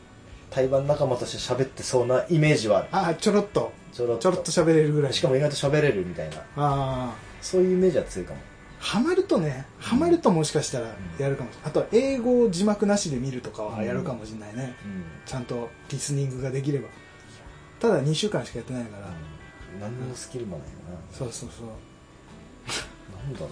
Speaker 2: 対バン仲間として喋ってそうなイメージはある
Speaker 1: あちょろっと
Speaker 2: ちょろっと
Speaker 1: ちょろっと喋れるぐらい
Speaker 2: しかも意外と喋れるみたいな
Speaker 1: ああ
Speaker 2: そういうイメージは強いかも
Speaker 1: ハマるとねハマるともしかしたらやるかもしれないあとは英語を字幕なしで見るとかはやるかもしれないね、ちゃんとリスニングができればただ2週間しかやってないから、
Speaker 2: うん、何のスキルもないよ
Speaker 1: そうそうそう
Speaker 2: ななんだろう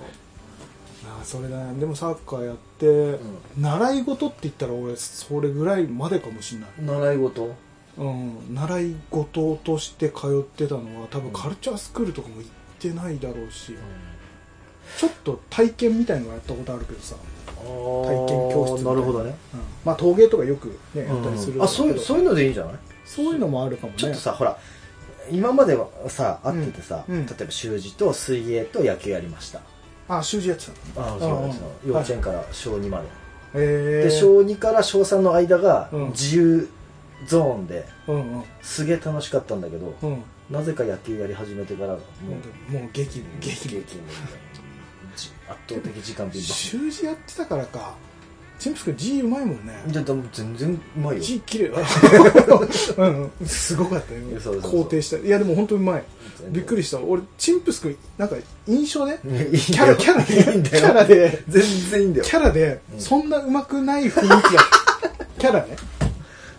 Speaker 1: ああそれだねでもサッカーやって、習い事って言ったら俺それぐらいまでかもしれない、
Speaker 2: 習い事
Speaker 1: うん、習い事として通ってたのは多分カルチャースクールとかも行ってないだろうし、ちょっと体験みたいのはやったことあるけどさ、験
Speaker 2: 体
Speaker 1: 教室みたいな
Speaker 2: なるほどね、
Speaker 1: うんまあ陶芸とかよくねやったりする
Speaker 2: うんあそういうそういうのでいいんじゃない
Speaker 1: そういうのもあるかもね
Speaker 2: ちょっとさほら今まではさ会っててさ、
Speaker 1: うんうん
Speaker 2: 例えば習字と水泳と野球やりました
Speaker 1: あ習字やってたの
Speaker 2: あ
Speaker 1: そう
Speaker 2: なんですよ幼稚園から小2まで、
Speaker 1: へえ
Speaker 2: で小2から小3の間が
Speaker 1: うん
Speaker 2: 自由ゾーンで
Speaker 1: うんうん
Speaker 2: すげえ楽しかったんだけど、
Speaker 1: うん
Speaker 2: なぜか野球やり始めてからもう、
Speaker 1: もう激
Speaker 2: 激
Speaker 1: 激
Speaker 2: 激みたいなじ圧倒的時間貧乏
Speaker 1: 習字やってたからかチンプス君字うまいもんね
Speaker 2: じゃあでも全然うまいよ
Speaker 1: 字綺麗だ [LAUGHS] うんうんすごかったよ
Speaker 2: いやそうそうそう
Speaker 1: 肯定したいやでも本当にうまいびっく
Speaker 2: り
Speaker 1: りした俺チンプス君なんか印象ね
Speaker 2: いいんだよ
Speaker 1: キャラキャラ
Speaker 2: いいん
Speaker 1: で
Speaker 2: だ
Speaker 1: キ
Speaker 2: よ
Speaker 1: ャラで
Speaker 2: 全然いいんだよ
Speaker 1: キャラで
Speaker 2: うん
Speaker 1: そんなうまくない雰囲気だ
Speaker 2: [LAUGHS]
Speaker 1: キャラね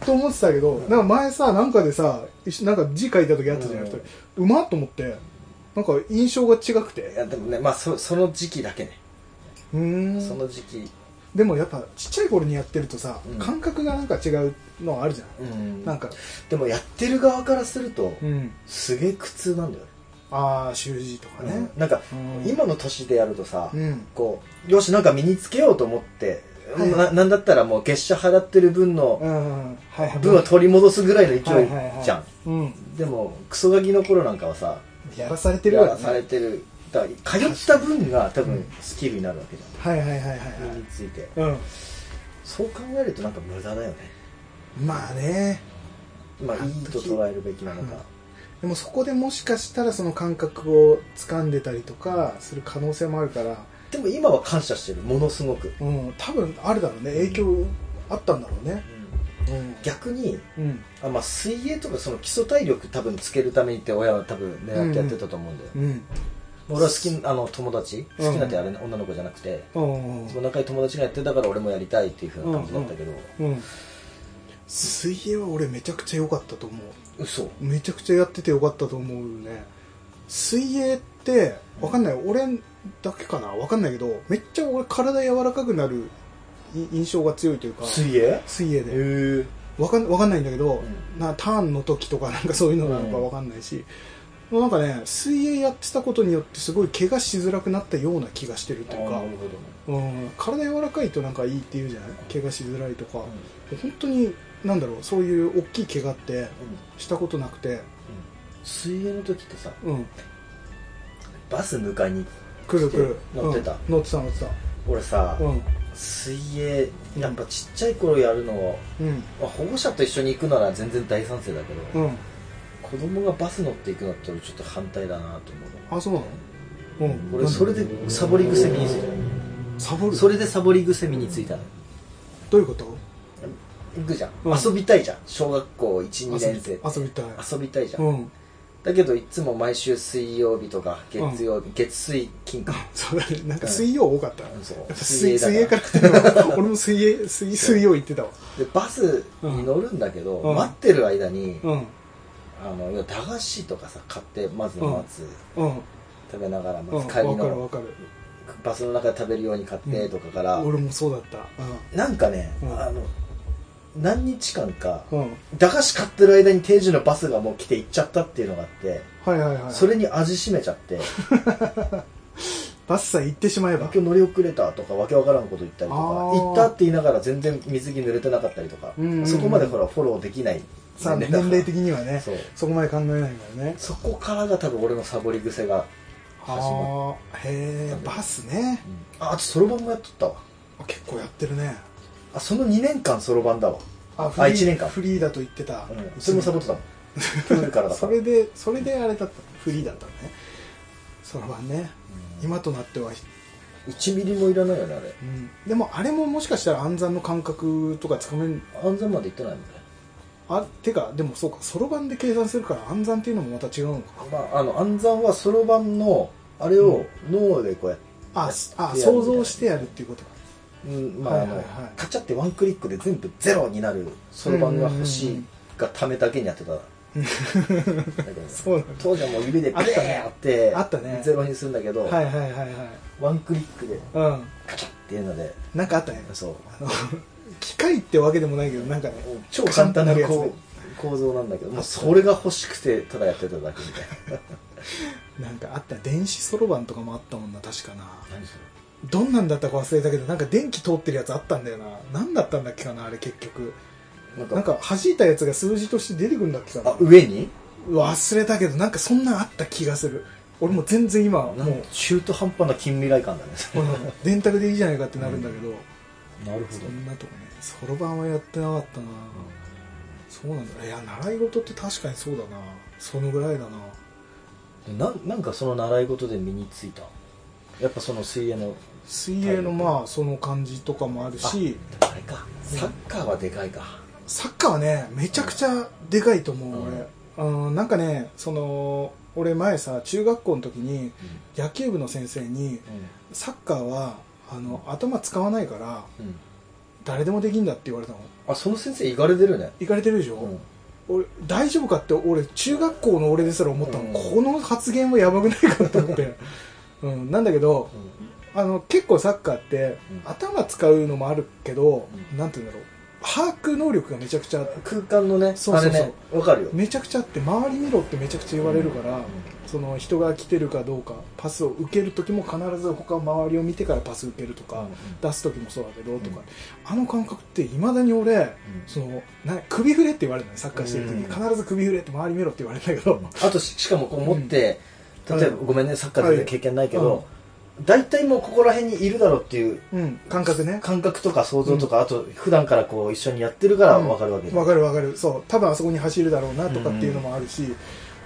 Speaker 1: と思ってたけどなんか前さなんかでさ一緒なんか字書いた時あったじゃない
Speaker 2: う
Speaker 1: 二
Speaker 2: ん
Speaker 1: 人うまっと思ってなんか印象が違く
Speaker 2: い
Speaker 1: て
Speaker 2: やでもねまあそその時期だけね、
Speaker 1: うーん
Speaker 2: その時期
Speaker 1: でもやっぱちっちゃい頃にやってるとさ、
Speaker 2: うん
Speaker 1: 感覚がなんか違うのあるじゃない、
Speaker 2: うん
Speaker 1: なんか、
Speaker 2: でもやってる側からすると、
Speaker 1: うん、
Speaker 2: すげえ苦痛なんだよ、
Speaker 1: ああ習字とかね
Speaker 2: なんか、
Speaker 1: うん
Speaker 2: 今の年でやるとさ、
Speaker 1: うん
Speaker 2: こうよしなんか身につけようと思って、
Speaker 1: はい
Speaker 2: ななんだったらもう月謝払ってる分
Speaker 1: う
Speaker 2: の、
Speaker 1: ん、はいはい
Speaker 2: 分を取り戻すぐらいの勢いじゃん、
Speaker 1: はいはいはいうん
Speaker 2: でもクソガキの頃なんかはさ
Speaker 1: やらされてる
Speaker 2: や
Speaker 1: わ
Speaker 2: ら
Speaker 1: ね
Speaker 2: されてるだから通った分が多分スキルになるわけじ
Speaker 1: はいはいはいはい
Speaker 2: ゃん、
Speaker 1: は
Speaker 2: 身について
Speaker 1: い、うん、
Speaker 2: そう考えるとなんか無駄だよね
Speaker 1: まあね
Speaker 2: まあいいと捉えるべきなのか、
Speaker 1: でもそこでもしかしたらその感覚を掴んでたりとかする可能性もあるから、
Speaker 2: でも今は感謝してるものすごく、
Speaker 1: うん、多分あるだろうね影響あったんだろうね
Speaker 2: 逆に
Speaker 1: うん、うん
Speaker 2: あ、まあ、水泳とかその基礎体力多分つけるためにって親は多分狙ってやってたと思うんだよ、
Speaker 1: うん
Speaker 2: 俺は好きなあの友達
Speaker 1: うん
Speaker 2: 好きなってあれ、女の子じゃなくて
Speaker 1: うん
Speaker 2: その仲いい友達がやってたから俺もやりたいっていうふうな感じだったけど、
Speaker 1: うん水泳は俺めちゃくちゃ良かったと思う
Speaker 2: 嘘
Speaker 1: めちゃくちゃやっててよかったと思うね水泳ってわかんない、俺だけかなわかんないけどめっちゃ俺体柔らかくなるい印象が強いというか
Speaker 2: 水泳へ
Speaker 1: 水泳
Speaker 2: え
Speaker 1: でわかんわかんないんだけど、
Speaker 2: う
Speaker 1: なターンの時とかなんかそういうのなのかわかんないし、もうなんかね水泳やってたことによってすごい怪我しづらくなったような気がしてるというか、
Speaker 2: ほど
Speaker 1: うん、体柔らかいとなんかいいって言うじゃない怪我しづらいとか、本当になんだろうそういう大きい怪我ってしたことなくて、
Speaker 2: 水泳の時ってさ
Speaker 1: うん、
Speaker 2: バス迎えに
Speaker 1: くるくる
Speaker 2: 乗ってた
Speaker 1: うん乗ってた乗って
Speaker 2: 俺さ、
Speaker 1: たうん
Speaker 2: 水泳やっぱちっちゃい頃やるのを、
Speaker 1: うん
Speaker 2: まあ、保護者と一緒に行くなら全然大賛成だけど、
Speaker 1: うん
Speaker 2: 子供がバス乗っていくのって俺ちょっと反対だなと思う
Speaker 1: あそうなのうん
Speaker 2: 俺それでサボり癖身につい
Speaker 1: サボ
Speaker 2: た
Speaker 1: る
Speaker 2: それでサボり癖身についたの
Speaker 1: どういうこと
Speaker 2: 行くじゃん、
Speaker 1: うん
Speaker 2: 遊びたいじゃん小学校12年生って
Speaker 1: 遊びたい
Speaker 2: 遊びたいじゃん、
Speaker 1: うん
Speaker 2: だけどいつも毎週水曜日とか月曜日、月水金か
Speaker 1: そうだねなんか水曜多かったやっ
Speaker 2: そう
Speaker 1: ぱ水水
Speaker 2: 水
Speaker 1: 泳
Speaker 2: 泳
Speaker 1: か
Speaker 2: だ
Speaker 1: ら来てるわ俺も水泳水水曜行ってたわ
Speaker 2: でバスに乗るんだけど、
Speaker 1: うん
Speaker 2: 待ってる間に、
Speaker 1: うん
Speaker 2: ああの要は駄菓子とかさ買ってまず待つ、
Speaker 1: うん
Speaker 2: 食べながら
Speaker 1: うん
Speaker 2: ま
Speaker 1: わ
Speaker 2: ず帰
Speaker 1: か
Speaker 2: り
Speaker 1: るわ
Speaker 2: の
Speaker 1: かる
Speaker 2: バスの中で食べるように買ってとかから、
Speaker 1: 俺もそうだった
Speaker 2: なんかね、
Speaker 1: うん
Speaker 2: あの何日間か
Speaker 1: うん、うん、
Speaker 2: 駄菓子買ってる間に定時のバスがもう来て行っちゃったっていうのがあって
Speaker 1: はいはいはい
Speaker 2: それに味しめちゃって
Speaker 1: バッサイ行ってしまえば
Speaker 2: 今日乗り遅れたとかわけわからんこと言ったりとか
Speaker 1: あー
Speaker 2: 行ったって言いながら全然水着濡れてなかったりとか、
Speaker 1: うんうんうん
Speaker 2: そこまでほらフォローできない
Speaker 1: さあ
Speaker 2: 年
Speaker 1: 年
Speaker 2: 齢だから
Speaker 1: 齢的にはね
Speaker 2: そう
Speaker 1: そこまで考えないからね
Speaker 2: そこからが多分俺のサボり癖が始まっ
Speaker 1: ああへえバスね
Speaker 2: た、うんああとそろばんもやっとったわ
Speaker 1: あ結構やってるね
Speaker 2: あその2年間そろばんだわ
Speaker 1: あ
Speaker 2: あ一年間
Speaker 1: フリーだと言ってた、
Speaker 2: うんそれもサボってたもんプールからだか
Speaker 1: そ
Speaker 2: ら
Speaker 1: れでそれであれだったのフリーだったのねそろばんね今となっては、
Speaker 2: 1ミリもいらないよねあれ
Speaker 1: うん、でもあれももしかしたら暗算の感覚とかつかめん
Speaker 2: 安全まで行ってないもんね
Speaker 1: あてかでもそうかそろばんで計算するから暗算っていうのもまた違うのか
Speaker 2: まあ、あの暗算はそろばんのあれを脳でこうやって、
Speaker 1: あすあ想像してやるっていうことか
Speaker 2: うんまああの、
Speaker 1: はいはいはい
Speaker 2: カチャってワンクリックで全部ゼロになるそろばんが欲
Speaker 1: うん
Speaker 2: し
Speaker 1: うんう
Speaker 2: い
Speaker 1: ん
Speaker 2: がためだけにやってただ
Speaker 1: [LAUGHS]
Speaker 2: けど
Speaker 1: そうなんだ
Speaker 2: 当時はもう指でビーってやって
Speaker 1: あったね
Speaker 2: ゼロにするんだけど、
Speaker 1: はいはいはい
Speaker 2: ワンクリックで
Speaker 1: はいうん
Speaker 2: カチャっていうので
Speaker 1: なんかあったね
Speaker 2: そう
Speaker 1: あの [LAUGHS] 機械ってわけでもないけどなんかね
Speaker 2: 超簡単な
Speaker 1: カチャってなるやつ
Speaker 2: こう構造なんだけどもうそれが欲しくてただやってただけみたいな
Speaker 1: なんかあった電子そろばんとかもあったもんな確かな
Speaker 2: 何それ
Speaker 1: どんなんだったか忘れたけどなんか電気通ってるやつあったんだよな何だったんだっけかなあれ結局
Speaker 2: なんか
Speaker 1: なんか弾いたやつが数字として出てくるんだっけかな
Speaker 2: あ上に
Speaker 1: 忘れたけどなんかそんなんあった気がする俺もう全然今もう
Speaker 2: なんか中途半端な近未来感だね
Speaker 1: うん [LAUGHS] 電卓でいいじゃないかってなるんだけど、
Speaker 2: なる
Speaker 1: そんなとこねそろばんはやってなかったな、そうなんだいや習い事って確かにそうだなそのぐらいだな
Speaker 2: なんなんかその習い事で身についたやっぱその水泳の
Speaker 1: 水泳のまあその感じとかもあるし
Speaker 2: あれかサッカーはでかいか
Speaker 1: サッカーはねめちゃくちゃでかいと思う俺、うん、なんかねその俺前さ中学校の時に野球部の先生にサッカーはあの頭使わないから
Speaker 2: うん、
Speaker 1: 誰でもできんだって言われたの
Speaker 2: あその先生いかれてるね
Speaker 1: 行かれてるでしょ、
Speaker 2: うん
Speaker 1: 俺大丈夫かって俺中学校の俺ですら思ったの、
Speaker 2: うん
Speaker 1: この発言はやばくないかと思
Speaker 2: [LAUGHS]
Speaker 1: って、うん、なんだけどあの結構サッカーって、
Speaker 2: うん
Speaker 1: 頭使うのもあるけど、
Speaker 2: う
Speaker 1: なんて言うんだろう把握能力がめちゃくちゃ
Speaker 2: 空間のね
Speaker 1: そうそうそう
Speaker 2: あれねわかるよ
Speaker 1: めちゃくちゃあって周り見ろってめちゃくちゃ言われるから、
Speaker 2: うん
Speaker 1: その人が来てるかどうかパスを受ける時も必ず他周りを見てからパス受けるとか、
Speaker 2: うんうん
Speaker 1: 出す時もそうだけどとか、
Speaker 2: うん
Speaker 1: あの感覚っていまだに俺、そのな首振れって言われるのよサッカーしてる時に、
Speaker 2: うん
Speaker 1: 必ず首振れって周り見ろって言われるんだけど、
Speaker 2: あとししかもこう持って、
Speaker 1: うん
Speaker 2: 例えばごめんねサッカー全然経験ないけど、大体もうここら辺にいるだろうっていう
Speaker 1: うん、感覚ね
Speaker 2: 感覚とか想像とか、あと普段からこう一緒にやってるからわかるわけ
Speaker 1: わかるわかるそう多分あそこに走るだろうなとかっていうのもあるし、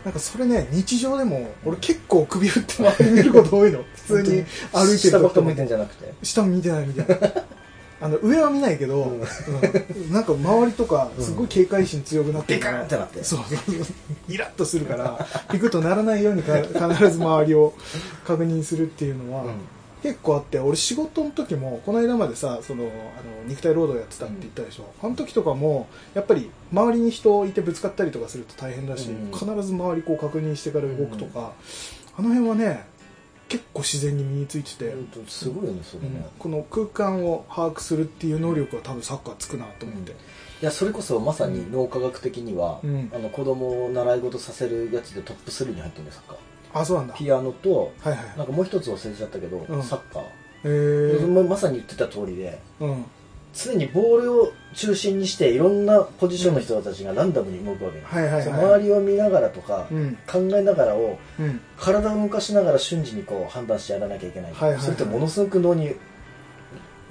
Speaker 1: なんかそれね日常でも俺結構首振って周り見ること多
Speaker 2: [LAUGHS]
Speaker 1: いの普通に歩いて
Speaker 2: 下
Speaker 1: る
Speaker 2: ばっ
Speaker 1: 時
Speaker 2: か向
Speaker 1: も
Speaker 2: いてんじゃなくて
Speaker 1: 下見てないみたい
Speaker 2: [LAUGHS]
Speaker 1: なあの上は見ないけど、うんなんか周りとかすごい警戒心強くなってるから
Speaker 2: うんビカーンってなって
Speaker 1: そうそうそうイラッとするから行くとならないようにか必ず周りを確認するっていうのは、
Speaker 2: うん
Speaker 1: 結構あって俺仕事の時もこの間までさそのあの肉体労働やってたって言ったでしょ、あの時とかもやっぱり周りに人いてぶつかったりとかすると大変だし、
Speaker 2: うん
Speaker 1: 必ず周りこう確認してから動くとか、あの辺はね結構自然に身についてて、
Speaker 2: うんすごいよねそれ
Speaker 1: う
Speaker 2: ね、
Speaker 1: んこの空間を把握するっていう能力は多分サッカーつくなと思って、
Speaker 2: いやそれこそまさに脳科学的には、
Speaker 1: うん
Speaker 2: あの子供を習い事させるやつでトップ3に入ってるんですか
Speaker 1: あそうなんだはい
Speaker 2: ピアノと
Speaker 1: はい
Speaker 2: なんかもう一つ忘れちゃったけど、
Speaker 1: うん
Speaker 2: サッカー、
Speaker 1: へー
Speaker 2: ままさに言ってた通りで
Speaker 1: うん
Speaker 2: 常にボールを中心にしていろんなポジションの人たちがランダムに動くわけ、
Speaker 1: はいはい
Speaker 2: その
Speaker 1: は
Speaker 2: 周
Speaker 1: い
Speaker 2: りを見ながらとか、
Speaker 1: うん
Speaker 2: 考えながらを
Speaker 1: うん
Speaker 2: 体を動かしながら瞬時にこう判断してやらなきゃいけない,、
Speaker 1: はいはいはい
Speaker 2: それってものすごく脳に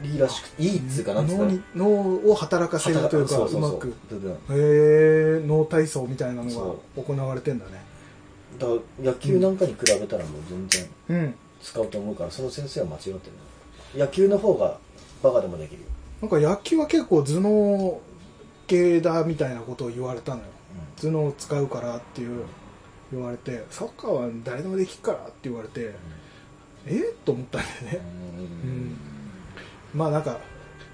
Speaker 2: いいらしくていいっつうかなんつうか
Speaker 1: 脳に脳を働かせるというか
Speaker 2: そう
Speaker 1: う
Speaker 2: そう
Speaker 1: ま
Speaker 2: そう
Speaker 1: く
Speaker 2: 部分
Speaker 1: へえ脳体操みたいなのが行われてんだね
Speaker 2: だから野球なんかに比べたらもう全然
Speaker 1: うん
Speaker 2: 使うと思うからその先生は間違ってるな野球の方がバカでもできるよ、
Speaker 1: なんか野球は結構頭脳系だみたいなことを言われたのよ頭脳を使うからっていう言われてサッカーは誰でもできるからって言われてえっ、と思ったんだよね
Speaker 2: うん
Speaker 1: うんまあなんか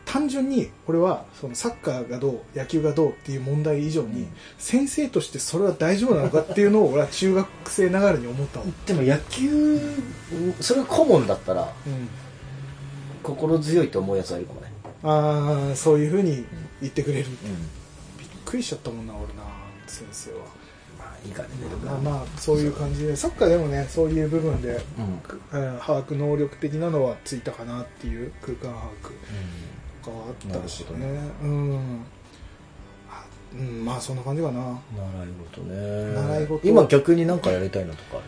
Speaker 1: 単純に俺はそのサッカーがどう野球がどうっていう問題以上に、先生としてそれは大丈夫なのかっていうのを俺は中学生ながらに思ったわ、
Speaker 2: でも野球それが顧問だったら
Speaker 1: うん、
Speaker 2: 心強いと思うやつはいるかもね
Speaker 1: ああそういうふうに言ってくれる、びっ
Speaker 2: うん
Speaker 1: くりしちゃったもんな俺な先生は
Speaker 2: まあいいかね
Speaker 1: まあまあそういう感じでサッカーでもねそういう部分で、
Speaker 2: うん、
Speaker 1: うん把握能力的なのはついたかなっていう空間把握とかはあったしね
Speaker 2: な
Speaker 1: うんあうんまあそんな感じかな
Speaker 2: 習い事ね
Speaker 1: 習い事
Speaker 2: 今逆に何かやりたいのとかあ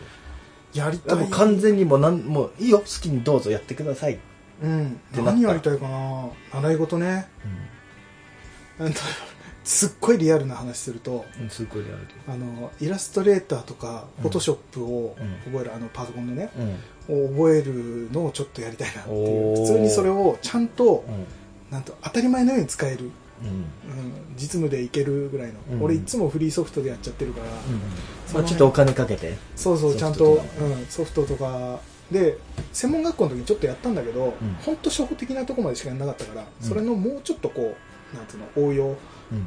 Speaker 1: やり
Speaker 2: る
Speaker 1: た
Speaker 2: も
Speaker 1: いう
Speaker 2: 完全にもうなんもういいよ好きにどうぞやってください、
Speaker 1: うん
Speaker 2: てなった
Speaker 1: 何やりたいかな習い事ねうんとすっごいリアルな話すると
Speaker 2: うん、すごいやる
Speaker 1: あのイラストレーターとかフォトショップを
Speaker 2: う
Speaker 1: 覚える、あのパソコンのね
Speaker 2: うんうん
Speaker 1: を覚えるのをちょっとやりたいなってい
Speaker 2: お
Speaker 1: う
Speaker 2: ー
Speaker 1: 普通にそれをちゃんと、なんと当たり前のように使える、
Speaker 2: うん
Speaker 1: うん、実務でいけるぐらいの、
Speaker 2: うん
Speaker 1: 俺いつもフリーソフトでやっちゃってるから、
Speaker 2: まあ、ちょっとお金かけて
Speaker 1: そうそうちゃんと
Speaker 2: ソフトと、か
Speaker 1: うん、ソフトとかで専門学校の時にちょっとやったんだけど、
Speaker 2: ん
Speaker 1: ほんと初歩的なとこまでしかやんなかったから、
Speaker 2: うん
Speaker 1: それのもうちょっとこうなんつうの応用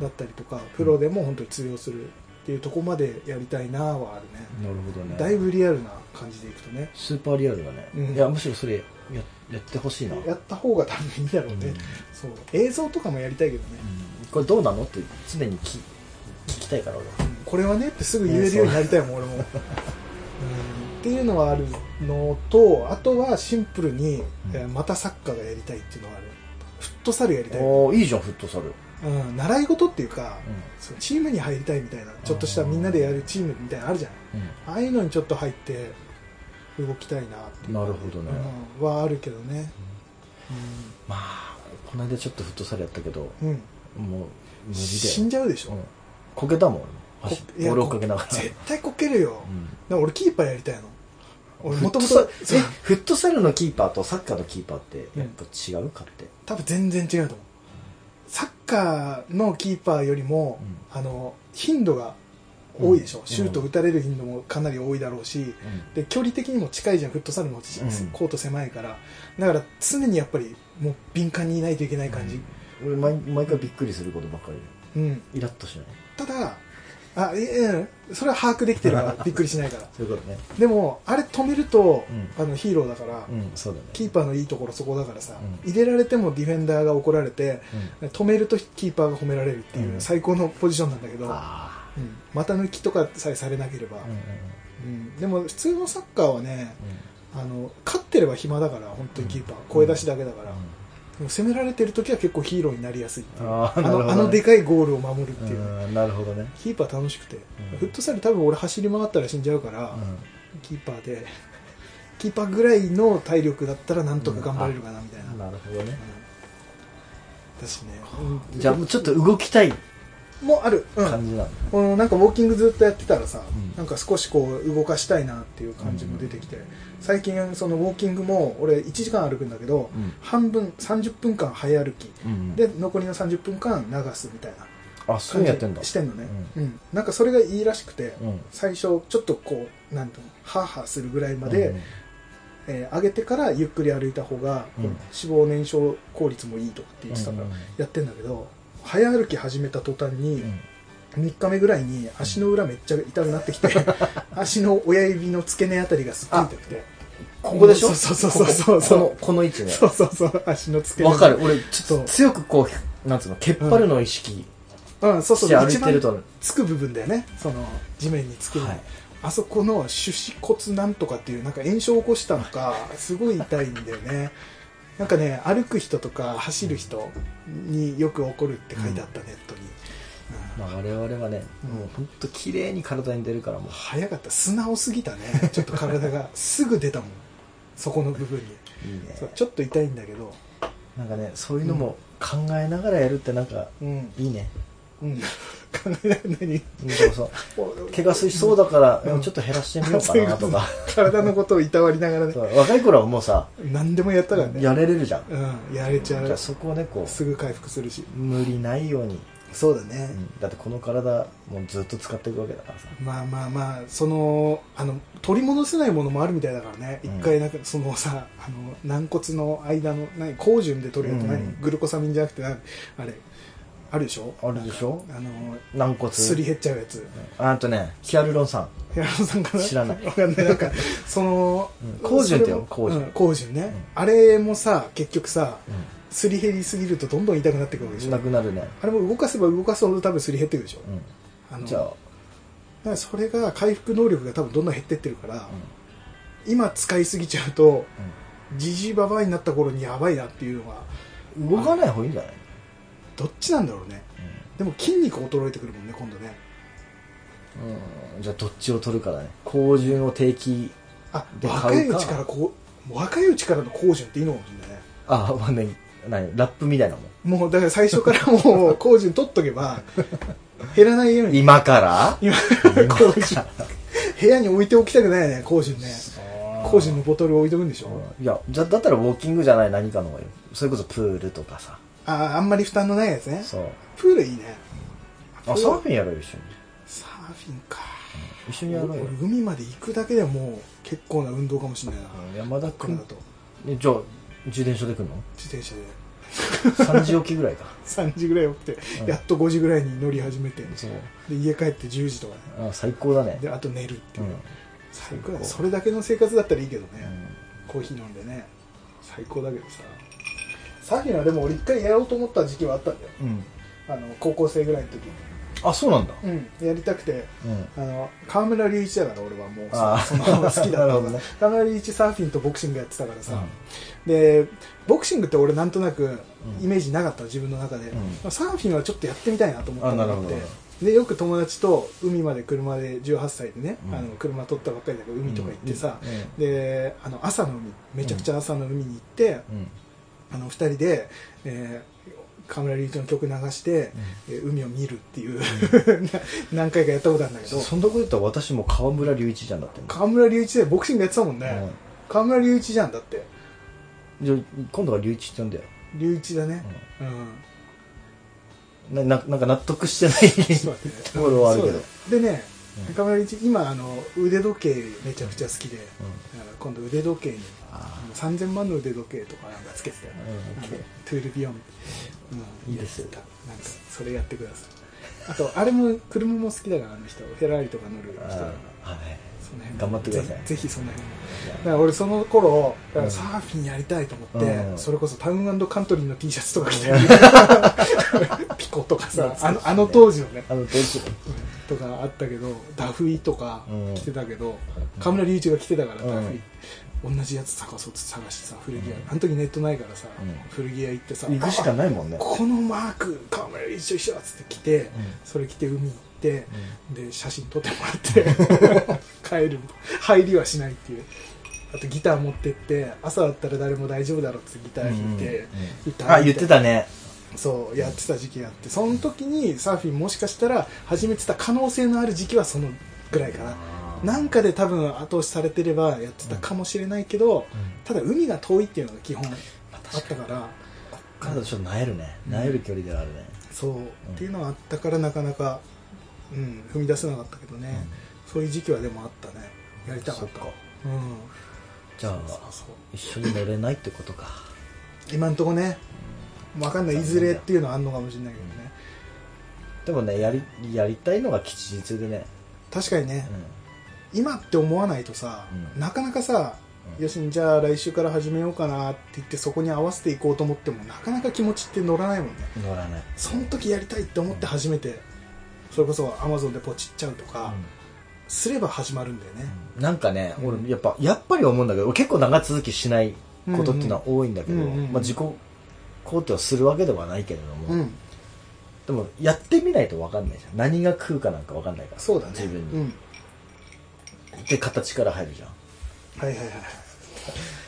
Speaker 1: だったりとか、プロでも本当に通用するっていうとこまでやりたいなはあるね、
Speaker 2: なるほどね
Speaker 1: だいぶリアルな感じでいくとね
Speaker 2: スーパーリアルだね、
Speaker 1: うん
Speaker 2: いやむしろそれややってほしいな
Speaker 1: やった方が多分いいだろうね、
Speaker 2: うん
Speaker 1: そう映像とかもやりたいけどね、
Speaker 2: うんこれどうなのって常に聞聞きたいから俺は
Speaker 1: これはねってすぐ言えるようになりたいもん、俺も、うん。っていうのはあるのとあとはシンプルに、
Speaker 2: うん
Speaker 1: えーまたサッカーがやりたいっていうのはあるフットサルやりたい、
Speaker 2: おーいいじゃんフットサル、
Speaker 1: うん、習い事っていうか、
Speaker 2: う
Speaker 1: そうチームに入りたいみたいなちょっとしたみんなでやるチームみたいなのあるじゃん
Speaker 2: ん
Speaker 1: ああいうのにちょっと入って動きたいなっていう
Speaker 2: なるほどね、
Speaker 1: うん、はあるけどね
Speaker 2: まあこの間ちょっとフットサルやったけど
Speaker 1: うん、うん
Speaker 2: もう無理で
Speaker 1: 死んじゃうでしょ、
Speaker 2: うん、こけたもん
Speaker 1: こ
Speaker 2: 俺も
Speaker 1: い
Speaker 2: 足
Speaker 1: や
Speaker 2: ボールをかけながら
Speaker 1: こ絶対こけるよ、
Speaker 2: うん
Speaker 1: だから俺キーパーやりたいの俺
Speaker 2: フ
Speaker 1: も
Speaker 2: ッ
Speaker 1: と
Speaker 2: ト
Speaker 1: も
Speaker 2: サ
Speaker 1: と
Speaker 2: ルえフットサルのキーパーとサッカーのキーパーってやっぱ違うかって、
Speaker 1: 多分全然違うと思うサッカーのキーパーよりも、あの頻度が多いでしょ、
Speaker 2: うん
Speaker 1: シュート打たれる頻度もかなり多いだろうし、で距離的にも近いじゃんフットサルの
Speaker 2: うん
Speaker 1: コート狭いからだから常にやっぱりもう敏感にいないといけない感じ、
Speaker 2: 俺毎毎回びっくりすることばっかり
Speaker 1: うん
Speaker 2: でイラッとしない
Speaker 1: ただあいやいやそれは把握できてる
Speaker 2: [LAUGHS]
Speaker 1: からびっくりしないから
Speaker 2: そういうことね
Speaker 1: でもあれ止めると、
Speaker 2: う
Speaker 1: あのヒーローだから、
Speaker 2: うんそうだね
Speaker 1: キーパーのいいところそこだからさ、
Speaker 2: うん
Speaker 1: 入れられてもディフェンダーが怒られて、止めるとキーパーが褒められるっていう
Speaker 2: うん
Speaker 1: 最高のポジションなんだけど、うん
Speaker 2: あ
Speaker 1: 股抜きとかさえされなければ、
Speaker 2: あ
Speaker 1: うんでも普通のサッカーはねあの勝ってれば暇だから本当にキーパー声出しだけだから、でも攻められてる時は結構ヒーローになりやすいっていう
Speaker 2: あ
Speaker 1: あ
Speaker 2: あなるほど、
Speaker 1: のあのでかいゴールを守るっていう、
Speaker 2: うんなるほどね
Speaker 1: キーパー楽しくて、
Speaker 2: うん
Speaker 1: フットサル多分俺走り回ったら死んじゃうから、キーパーでキーパーぐらいの体力だったらなんとか頑張れるかなみたいな、
Speaker 2: うんなるほどね
Speaker 1: うんだしね、
Speaker 2: じゃあもうちょっと動きたい
Speaker 1: もうある、うん、
Speaker 2: 感じなの
Speaker 1: このなんかウォーキングずっとやってたらさ、
Speaker 2: うん
Speaker 1: なんか少しこう動かしたいなっていう感じも出てきて、最近そのウォーキングも俺1時間歩くんだけど、
Speaker 2: うん
Speaker 1: 半分30分間早歩き、
Speaker 2: うん
Speaker 1: で残りの30分間流すみたいな
Speaker 2: あそう
Speaker 1: 感じ
Speaker 2: いうのやってんだ
Speaker 1: してんのね、
Speaker 2: う
Speaker 1: うんなんかそれがいいらしくて、
Speaker 2: うん
Speaker 1: 最初ちょっとこうなんていうのハーハーするぐらいまで、
Speaker 2: うん
Speaker 1: えー上げてからゆっくり歩いた方が、
Speaker 2: うん
Speaker 1: 脂肪燃焼効率もいいとかって言ってたから
Speaker 2: うんうんうん
Speaker 1: やってんだけど、早歩き始めた途端に、
Speaker 2: うん
Speaker 1: 3日目ぐらいに足の裏めっちゃ痛くなってきて
Speaker 2: [LAUGHS]
Speaker 1: 足の親指の付け根あたりがすっごい痛くて
Speaker 2: ここでしょ
Speaker 1: そうそうそうそうそう
Speaker 2: こここのこの位置ね
Speaker 1: そうそうそう足の付け根
Speaker 2: わかる俺ちょっ
Speaker 1: そう
Speaker 2: と強くこうなんつうの蹴っ張るのを意識
Speaker 1: うん、そうそ
Speaker 2: し
Speaker 1: う
Speaker 2: て
Speaker 1: そう
Speaker 2: 歩
Speaker 1: 一
Speaker 2: いてる
Speaker 1: 番
Speaker 2: と
Speaker 1: つく部分だよねその地面につく部分、
Speaker 2: はい
Speaker 1: あそこの手指骨なんとかっていうなんか炎症を起こしたのかすごい痛いんだよね [LAUGHS] なんかね歩く人とか走る人によく起こるって書いてあったネットに、うん
Speaker 2: まあ我々はね
Speaker 1: うん
Speaker 2: もう本当綺麗に体に出るからもう
Speaker 1: 早かった素直すぎたねちょっと体が [LAUGHS] すぐ出たもんそこの部分に
Speaker 2: いいね
Speaker 1: そうちょっと痛いんだけど
Speaker 2: なんかねそういうのも考えながらやるってなんか
Speaker 1: うん、
Speaker 2: いいね
Speaker 1: うん考えられない
Speaker 2: うんでもそう怪我しそうだから、ちょっと減らしてみようかなとか。
Speaker 1: 体のことをいたわりながらね
Speaker 2: そう若い頃はもうさ、
Speaker 1: 何でもやったらね
Speaker 2: やれれるじゃん。
Speaker 1: うん、やれちゃ
Speaker 2: じゃあ
Speaker 1: う
Speaker 2: そこをね、こ
Speaker 1: すぐ回復するし
Speaker 2: う、無理ないように、
Speaker 1: そうだね、
Speaker 2: だってこの体もうずっと使っていくわけだからさ
Speaker 1: まあまあまあそのあの取り戻せないものもあるみたいだからね一
Speaker 2: うん
Speaker 1: 回なんかそのさあの軟骨の間の何高順で取るやつ何、
Speaker 2: うんうん
Speaker 1: グルコサミンじゃなくて何あれあるでしょ
Speaker 2: あるでしょ
Speaker 1: あの
Speaker 2: 軟骨
Speaker 1: すり減っちゃうやつ
Speaker 2: あとねヒアルロン酸
Speaker 1: 平野さんかな
Speaker 2: 知らない
Speaker 1: わかんないなんかその
Speaker 2: うん高順ってよ
Speaker 1: それも
Speaker 2: 高順
Speaker 1: うん高順ね、あれもさ結局さ
Speaker 2: ん
Speaker 1: すり減りすぎるとどんどん痛くなってくるわけでしょ
Speaker 2: なくなるね
Speaker 1: あれも動かせば動かすほど多分すり減ってくるでしょ、
Speaker 2: う
Speaker 1: あの
Speaker 2: んじゃあ
Speaker 1: だからそれが回復能力が多分どんどん減ってってるから、今使いすぎちゃうとじじばばになった頃にやばいなっていうのは
Speaker 2: うん動かない方がいいんじゃない
Speaker 1: どっちなんだろうねでも筋肉衰えてくるもんね今度ね
Speaker 2: うんじゃあどっちを取るからね高順を定期
Speaker 1: あ
Speaker 2: で
Speaker 1: 若いう
Speaker 2: 買う
Speaker 1: ち
Speaker 2: か
Speaker 1: からこう若いうちからの工順っていいのかもしれないね
Speaker 2: あまあね何ラップみたいなもん
Speaker 1: もうだから最初から
Speaker 2: [LAUGHS]
Speaker 1: もう工順取っとけば減らないように
Speaker 2: 今から
Speaker 1: 今工順部屋に置いておきたくないよね工順ね工順のボトルを置いとくんでしょ、
Speaker 2: いやじゃだったらウォーキングじゃない何かの方がいいそれこそプールとかさ
Speaker 1: ああんまり負担のないやつね
Speaker 2: そう
Speaker 1: プールいいね
Speaker 2: あサーフィンやろう一緒に
Speaker 1: サーフィンか
Speaker 2: 一緒にやろうよ
Speaker 1: 俺海まで行くだけでもう結構な運動かもしれないな、
Speaker 2: うん山田
Speaker 1: これ
Speaker 2: 君
Speaker 1: だと
Speaker 2: えじゃあ自転車で来るの
Speaker 1: 自転車で
Speaker 2: 3時起きぐらいか [LAUGHS]
Speaker 1: 3時ぐらい起きて、
Speaker 2: うん
Speaker 1: やっと5時ぐらいに乗り始めて
Speaker 2: そう
Speaker 1: で家帰って10時とかね
Speaker 2: あ最高だね
Speaker 1: であと寝るって
Speaker 2: う
Speaker 1: いう、
Speaker 2: ん
Speaker 1: 最高だね
Speaker 2: 最高
Speaker 1: それだけの生活だったらいいけどね、
Speaker 2: うん
Speaker 1: コーヒー飲んでね最高だけどさサーフィンはでも俺一回やろうと思った時期はあったんだよ
Speaker 2: うん
Speaker 1: あの高校生ぐらいの時に、
Speaker 2: あそうなんだ
Speaker 1: うん、やりたくて
Speaker 2: うん
Speaker 1: あの河村隆一だから俺はもう
Speaker 2: あ
Speaker 1: さ
Speaker 2: ー
Speaker 1: その好きだったか
Speaker 2: な
Speaker 1: ら
Speaker 2: るほどね
Speaker 1: 河村隆一サーフィンとボクシングやってたからさ、
Speaker 2: うん
Speaker 1: でボクシングって俺なんとなく
Speaker 2: うん
Speaker 1: イメージなかった自分の中で、
Speaker 2: うん
Speaker 1: サーフィンはちょっとやってみたいなと思ったのがあっ
Speaker 2: あな
Speaker 1: て
Speaker 2: るほ
Speaker 1: でよく友達と海まで車で18歳でね、
Speaker 2: うん
Speaker 1: あの車取ったばっかりだから海とか行ってさ、
Speaker 2: うんうん
Speaker 1: であの朝の海めちゃくちゃ朝の海に行って、
Speaker 2: うん
Speaker 1: あの2人で、えー、河村隆一の曲流して、えー海を見るっていう、な [LAUGHS] 何回かやったことあるんだけど
Speaker 2: そんなこと言ったら私も河村隆一じゃんだって
Speaker 1: 河村隆一でボクシングやってたもんね、
Speaker 2: うん
Speaker 1: 河村隆一じゃんだって
Speaker 2: じゃあ今度は隆一って呼んだよ
Speaker 1: 隆一だねうん、
Speaker 2: なななんか納得してない
Speaker 1: ちょっと待ってね
Speaker 2: ところはあるけど
Speaker 1: そうだでね河村隆一今あの腕時計めちゃくちゃ好きで、だから今度腕時計に
Speaker 2: あ
Speaker 1: あの3000万の腕時計とかなんかつけてたよ、ね
Speaker 2: うん OK
Speaker 1: トゥールビヨン、うん、
Speaker 2: いいです
Speaker 1: やってたなんかそれやってくださいあとあれも車も好きだからあの人フェラーリとか乗る人だから
Speaker 2: あはい
Speaker 1: その辺も
Speaker 2: 頑張ってください
Speaker 1: ぜぜひその辺もだから俺その頃だからサーフィンやりたいと思って、
Speaker 2: うん
Speaker 1: それこそタウンカントリーの T シャツとか着て、 [LAUGHS] ピコとかさあのあの当時のね
Speaker 2: あのどうしよ
Speaker 1: とかあったけどダフイとか
Speaker 2: うん
Speaker 1: 着てたけど、河村隆一が着てたから、
Speaker 2: うん
Speaker 1: ダフイ同じやつ探そうと探してさ古着屋、あの時ネットないからさ、
Speaker 2: うん
Speaker 1: 古着屋行ってさ
Speaker 2: う行くしかないもんね
Speaker 1: ここのマーク河村隆一と一緒だっつって着て、それ着て海行って、で写真撮ってもらって [LAUGHS] 帰るみたいな入りはしないっていうあとギター持ってって朝だったら誰も大丈夫だろうっつってギター弾いて、歌うみたいな
Speaker 2: あ言ってたね
Speaker 1: そうやってた時期があってその時にサーフィンもしかしたら始めてた可能性のある時期はそのぐらいかななんかで多分後押しされてればやってたかもしれないけど、ただ海が遠いっていうのが基本あったから
Speaker 2: 彼女ちょっとなえるねなえる距離ではあるね
Speaker 1: そう、っていうのはあったからなかなか、うん、踏み出せなかったけどね、そういう時期はでもあったねやりたか
Speaker 2: そ
Speaker 1: っ
Speaker 2: ったか
Speaker 1: うん
Speaker 2: じゃあ
Speaker 1: そうそう
Speaker 2: 一緒に乗れないってことか
Speaker 1: 今んとこねわかんないいずれっていうのはあんのかもしれないけどね
Speaker 2: でもねやりやりたいのが吉日でね
Speaker 1: 確かにね
Speaker 2: う、ん
Speaker 1: 今って思わないとさ、
Speaker 2: うん
Speaker 1: なかなかさ、
Speaker 2: うん
Speaker 1: よしじゃあ来週から始めようかなって言ってそこに合わせていこうと思ってもなかなか気持ちって乗らないもんね
Speaker 2: 乗らない
Speaker 1: その時やりたいって思って初めてそれこそアマゾンでポチっちゃうとか、すれば始まるんだよね、
Speaker 2: なんかね、
Speaker 1: うん
Speaker 2: 俺やっぱやっぱり思うんだけど俺結構長続きしないことっていうのは多いんだけど、
Speaker 1: うんうん
Speaker 2: まあ、自己肯定をするわけではないけれど
Speaker 1: う
Speaker 2: も、
Speaker 1: ん
Speaker 2: でもやってみないと分かんないじゃん何が食うかなんか分かんないから
Speaker 1: そうだね
Speaker 2: 自分に、
Speaker 1: うん、
Speaker 2: で形から入るじゃん
Speaker 1: はいはいはい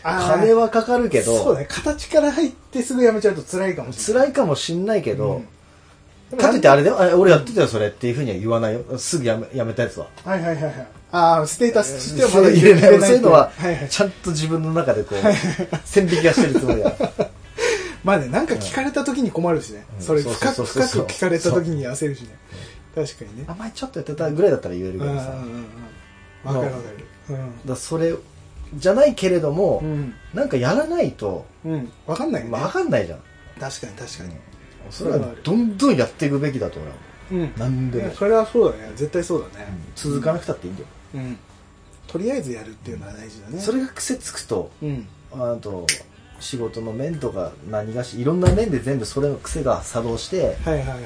Speaker 1: あー
Speaker 2: 金はかかるけ
Speaker 1: そう
Speaker 2: ど、
Speaker 1: だね形から入ってすぐやめちゃうと辛いかもしれない
Speaker 2: 辛いかもしんないけど、
Speaker 1: うん
Speaker 2: かといってあれであ俺やってたよそれっていうふうには言わないよすぐやめやめたやつは
Speaker 1: はいはいはいはいああステータスとしてはまだ
Speaker 2: 入
Speaker 1: 入
Speaker 2: れ
Speaker 1: れ
Speaker 2: な
Speaker 1: ないい
Speaker 2: そういうのは
Speaker 1: はいはい
Speaker 2: ちゃんと自分の中でこう線引きはしてるつもりだ
Speaker 1: ままあね、なんか聞かれた時に困るしね。
Speaker 2: うん
Speaker 1: それ
Speaker 2: そう
Speaker 1: 深
Speaker 2: そうそ
Speaker 1: く深
Speaker 2: う
Speaker 1: く
Speaker 2: そう
Speaker 1: 聞かれた時に焦るしね。確かにね。
Speaker 2: 名前ちょっとやってたぐらいだったら言える
Speaker 1: うん
Speaker 2: け
Speaker 1: うん
Speaker 2: ど
Speaker 1: うん
Speaker 2: さ、だか
Speaker 1: うん。わかるわかる。うん。
Speaker 2: らそれじゃないけれども、
Speaker 1: うん。
Speaker 2: なんかやらないと
Speaker 1: うん。わかんないよね。
Speaker 2: 分かんないじゃん、
Speaker 1: 確かに確かに。
Speaker 2: それはどんどんやっていくべきだと思う
Speaker 1: うん。
Speaker 2: なん
Speaker 1: い
Speaker 2: でも
Speaker 1: や、それはそうだね。絶対そうだね。
Speaker 2: 続かなくたっていいんだよ、
Speaker 1: うん。とりあえずやるっていうのは大事だね。
Speaker 2: それが癖つくと
Speaker 1: うん。
Speaker 2: あと仕事の面とか何がしいろんな面で全部それの癖が作動して
Speaker 1: はいはいはい。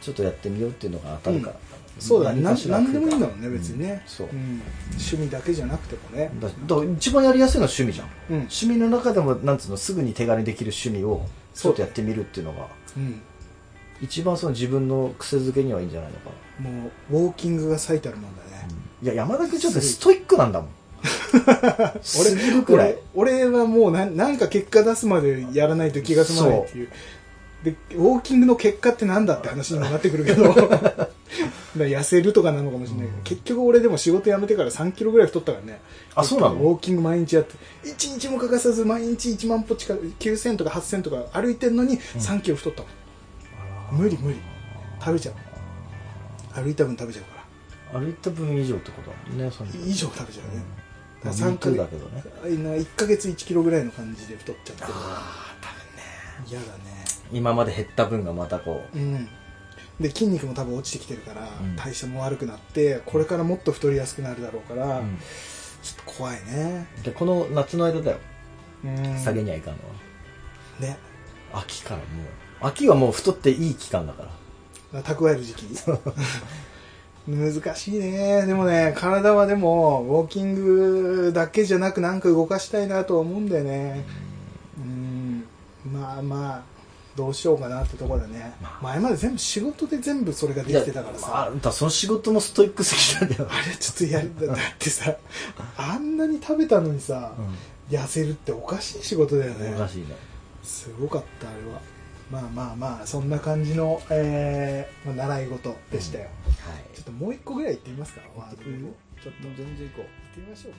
Speaker 2: ちょっとやってみようっていうのが当たるから、
Speaker 1: そうだね。な
Speaker 2: 何かしら来
Speaker 1: ん
Speaker 2: る
Speaker 1: でも
Speaker 2: から
Speaker 1: いいんだもんね、別にね
Speaker 2: う。んそう、
Speaker 1: ん。趣味だけじゃなくてもね。
Speaker 2: だだから一番やりやすいのは趣味じゃん
Speaker 1: うん。
Speaker 2: 趣味の中でもなんつうのすぐに手軽にできる趣味をちょ
Speaker 1: そう
Speaker 2: っとやってみるっていうのが
Speaker 1: うん。
Speaker 2: 一番その自分の癖づけにはいいんじゃないのかな、
Speaker 1: もう、ウォーキングが最たるもんだね。
Speaker 2: いや山田君ちょっとストイック
Speaker 1: [LAUGHS]
Speaker 2: なんだもんすぎるくらい
Speaker 1: 俺俺はもうなんなんか結果出すまでやらないと気が済まないっていうでウォーキングの結果ってなんだって話にもなってくるけ
Speaker 2: [LAUGHS]
Speaker 1: どだから痩せるとかなのかもしれないけど、結局俺でも仕事辞めてから3キロぐらい太ったからね
Speaker 2: あそうなの
Speaker 1: ウォーキング毎日やって1日も欠かさず毎日1万歩近く9000とか8000とか歩いてんのに3キロ太ったもん、無理無理食べちゃう歩いた分食べちゃうから
Speaker 2: 歩いた分以上ってことだもんねその
Speaker 1: 以上食べちゃうね、
Speaker 2: まあ
Speaker 1: 三
Speaker 2: Me too だけどね
Speaker 1: 1ヶ月1キロぐらいの感じで太っちゃってるから嫌だね
Speaker 2: 今まで減った分がまたこう
Speaker 1: うんで筋肉も多分落ちてきてるから、
Speaker 2: うん
Speaker 1: 代謝も悪くなってこれからもっと太りやすくなるだろうから、
Speaker 2: うん
Speaker 1: ちょっと怖いね
Speaker 2: でこの夏の間だよ
Speaker 1: うん
Speaker 2: 下げにはいかんのは、
Speaker 1: ね
Speaker 2: 秋からもう秋はもう太っていい期間だから
Speaker 1: 蓄える時期難しいねでもね体はでもウォーキングだけじゃなくなんか動かしたいなとは思うんだよねうんまあまあどうしようかなってとこだね、前まで全部仕事で全部それができてたから
Speaker 2: いやまああ
Speaker 1: さ
Speaker 2: んたその仕事もストイックすぎなんだよ
Speaker 1: あれちょっとやるだだってさあんなに食べたのにさ、痩せるっておかしい仕事だよね
Speaker 2: おかしいね
Speaker 1: すごかったあれはまあまあまあそんな感じの、えーまあ習い事でしたよ、
Speaker 2: はい
Speaker 1: ちょっともう一個ぐらい行ってみますかワードで、ちょっと行
Speaker 2: 全然行こう
Speaker 1: ってみましょうか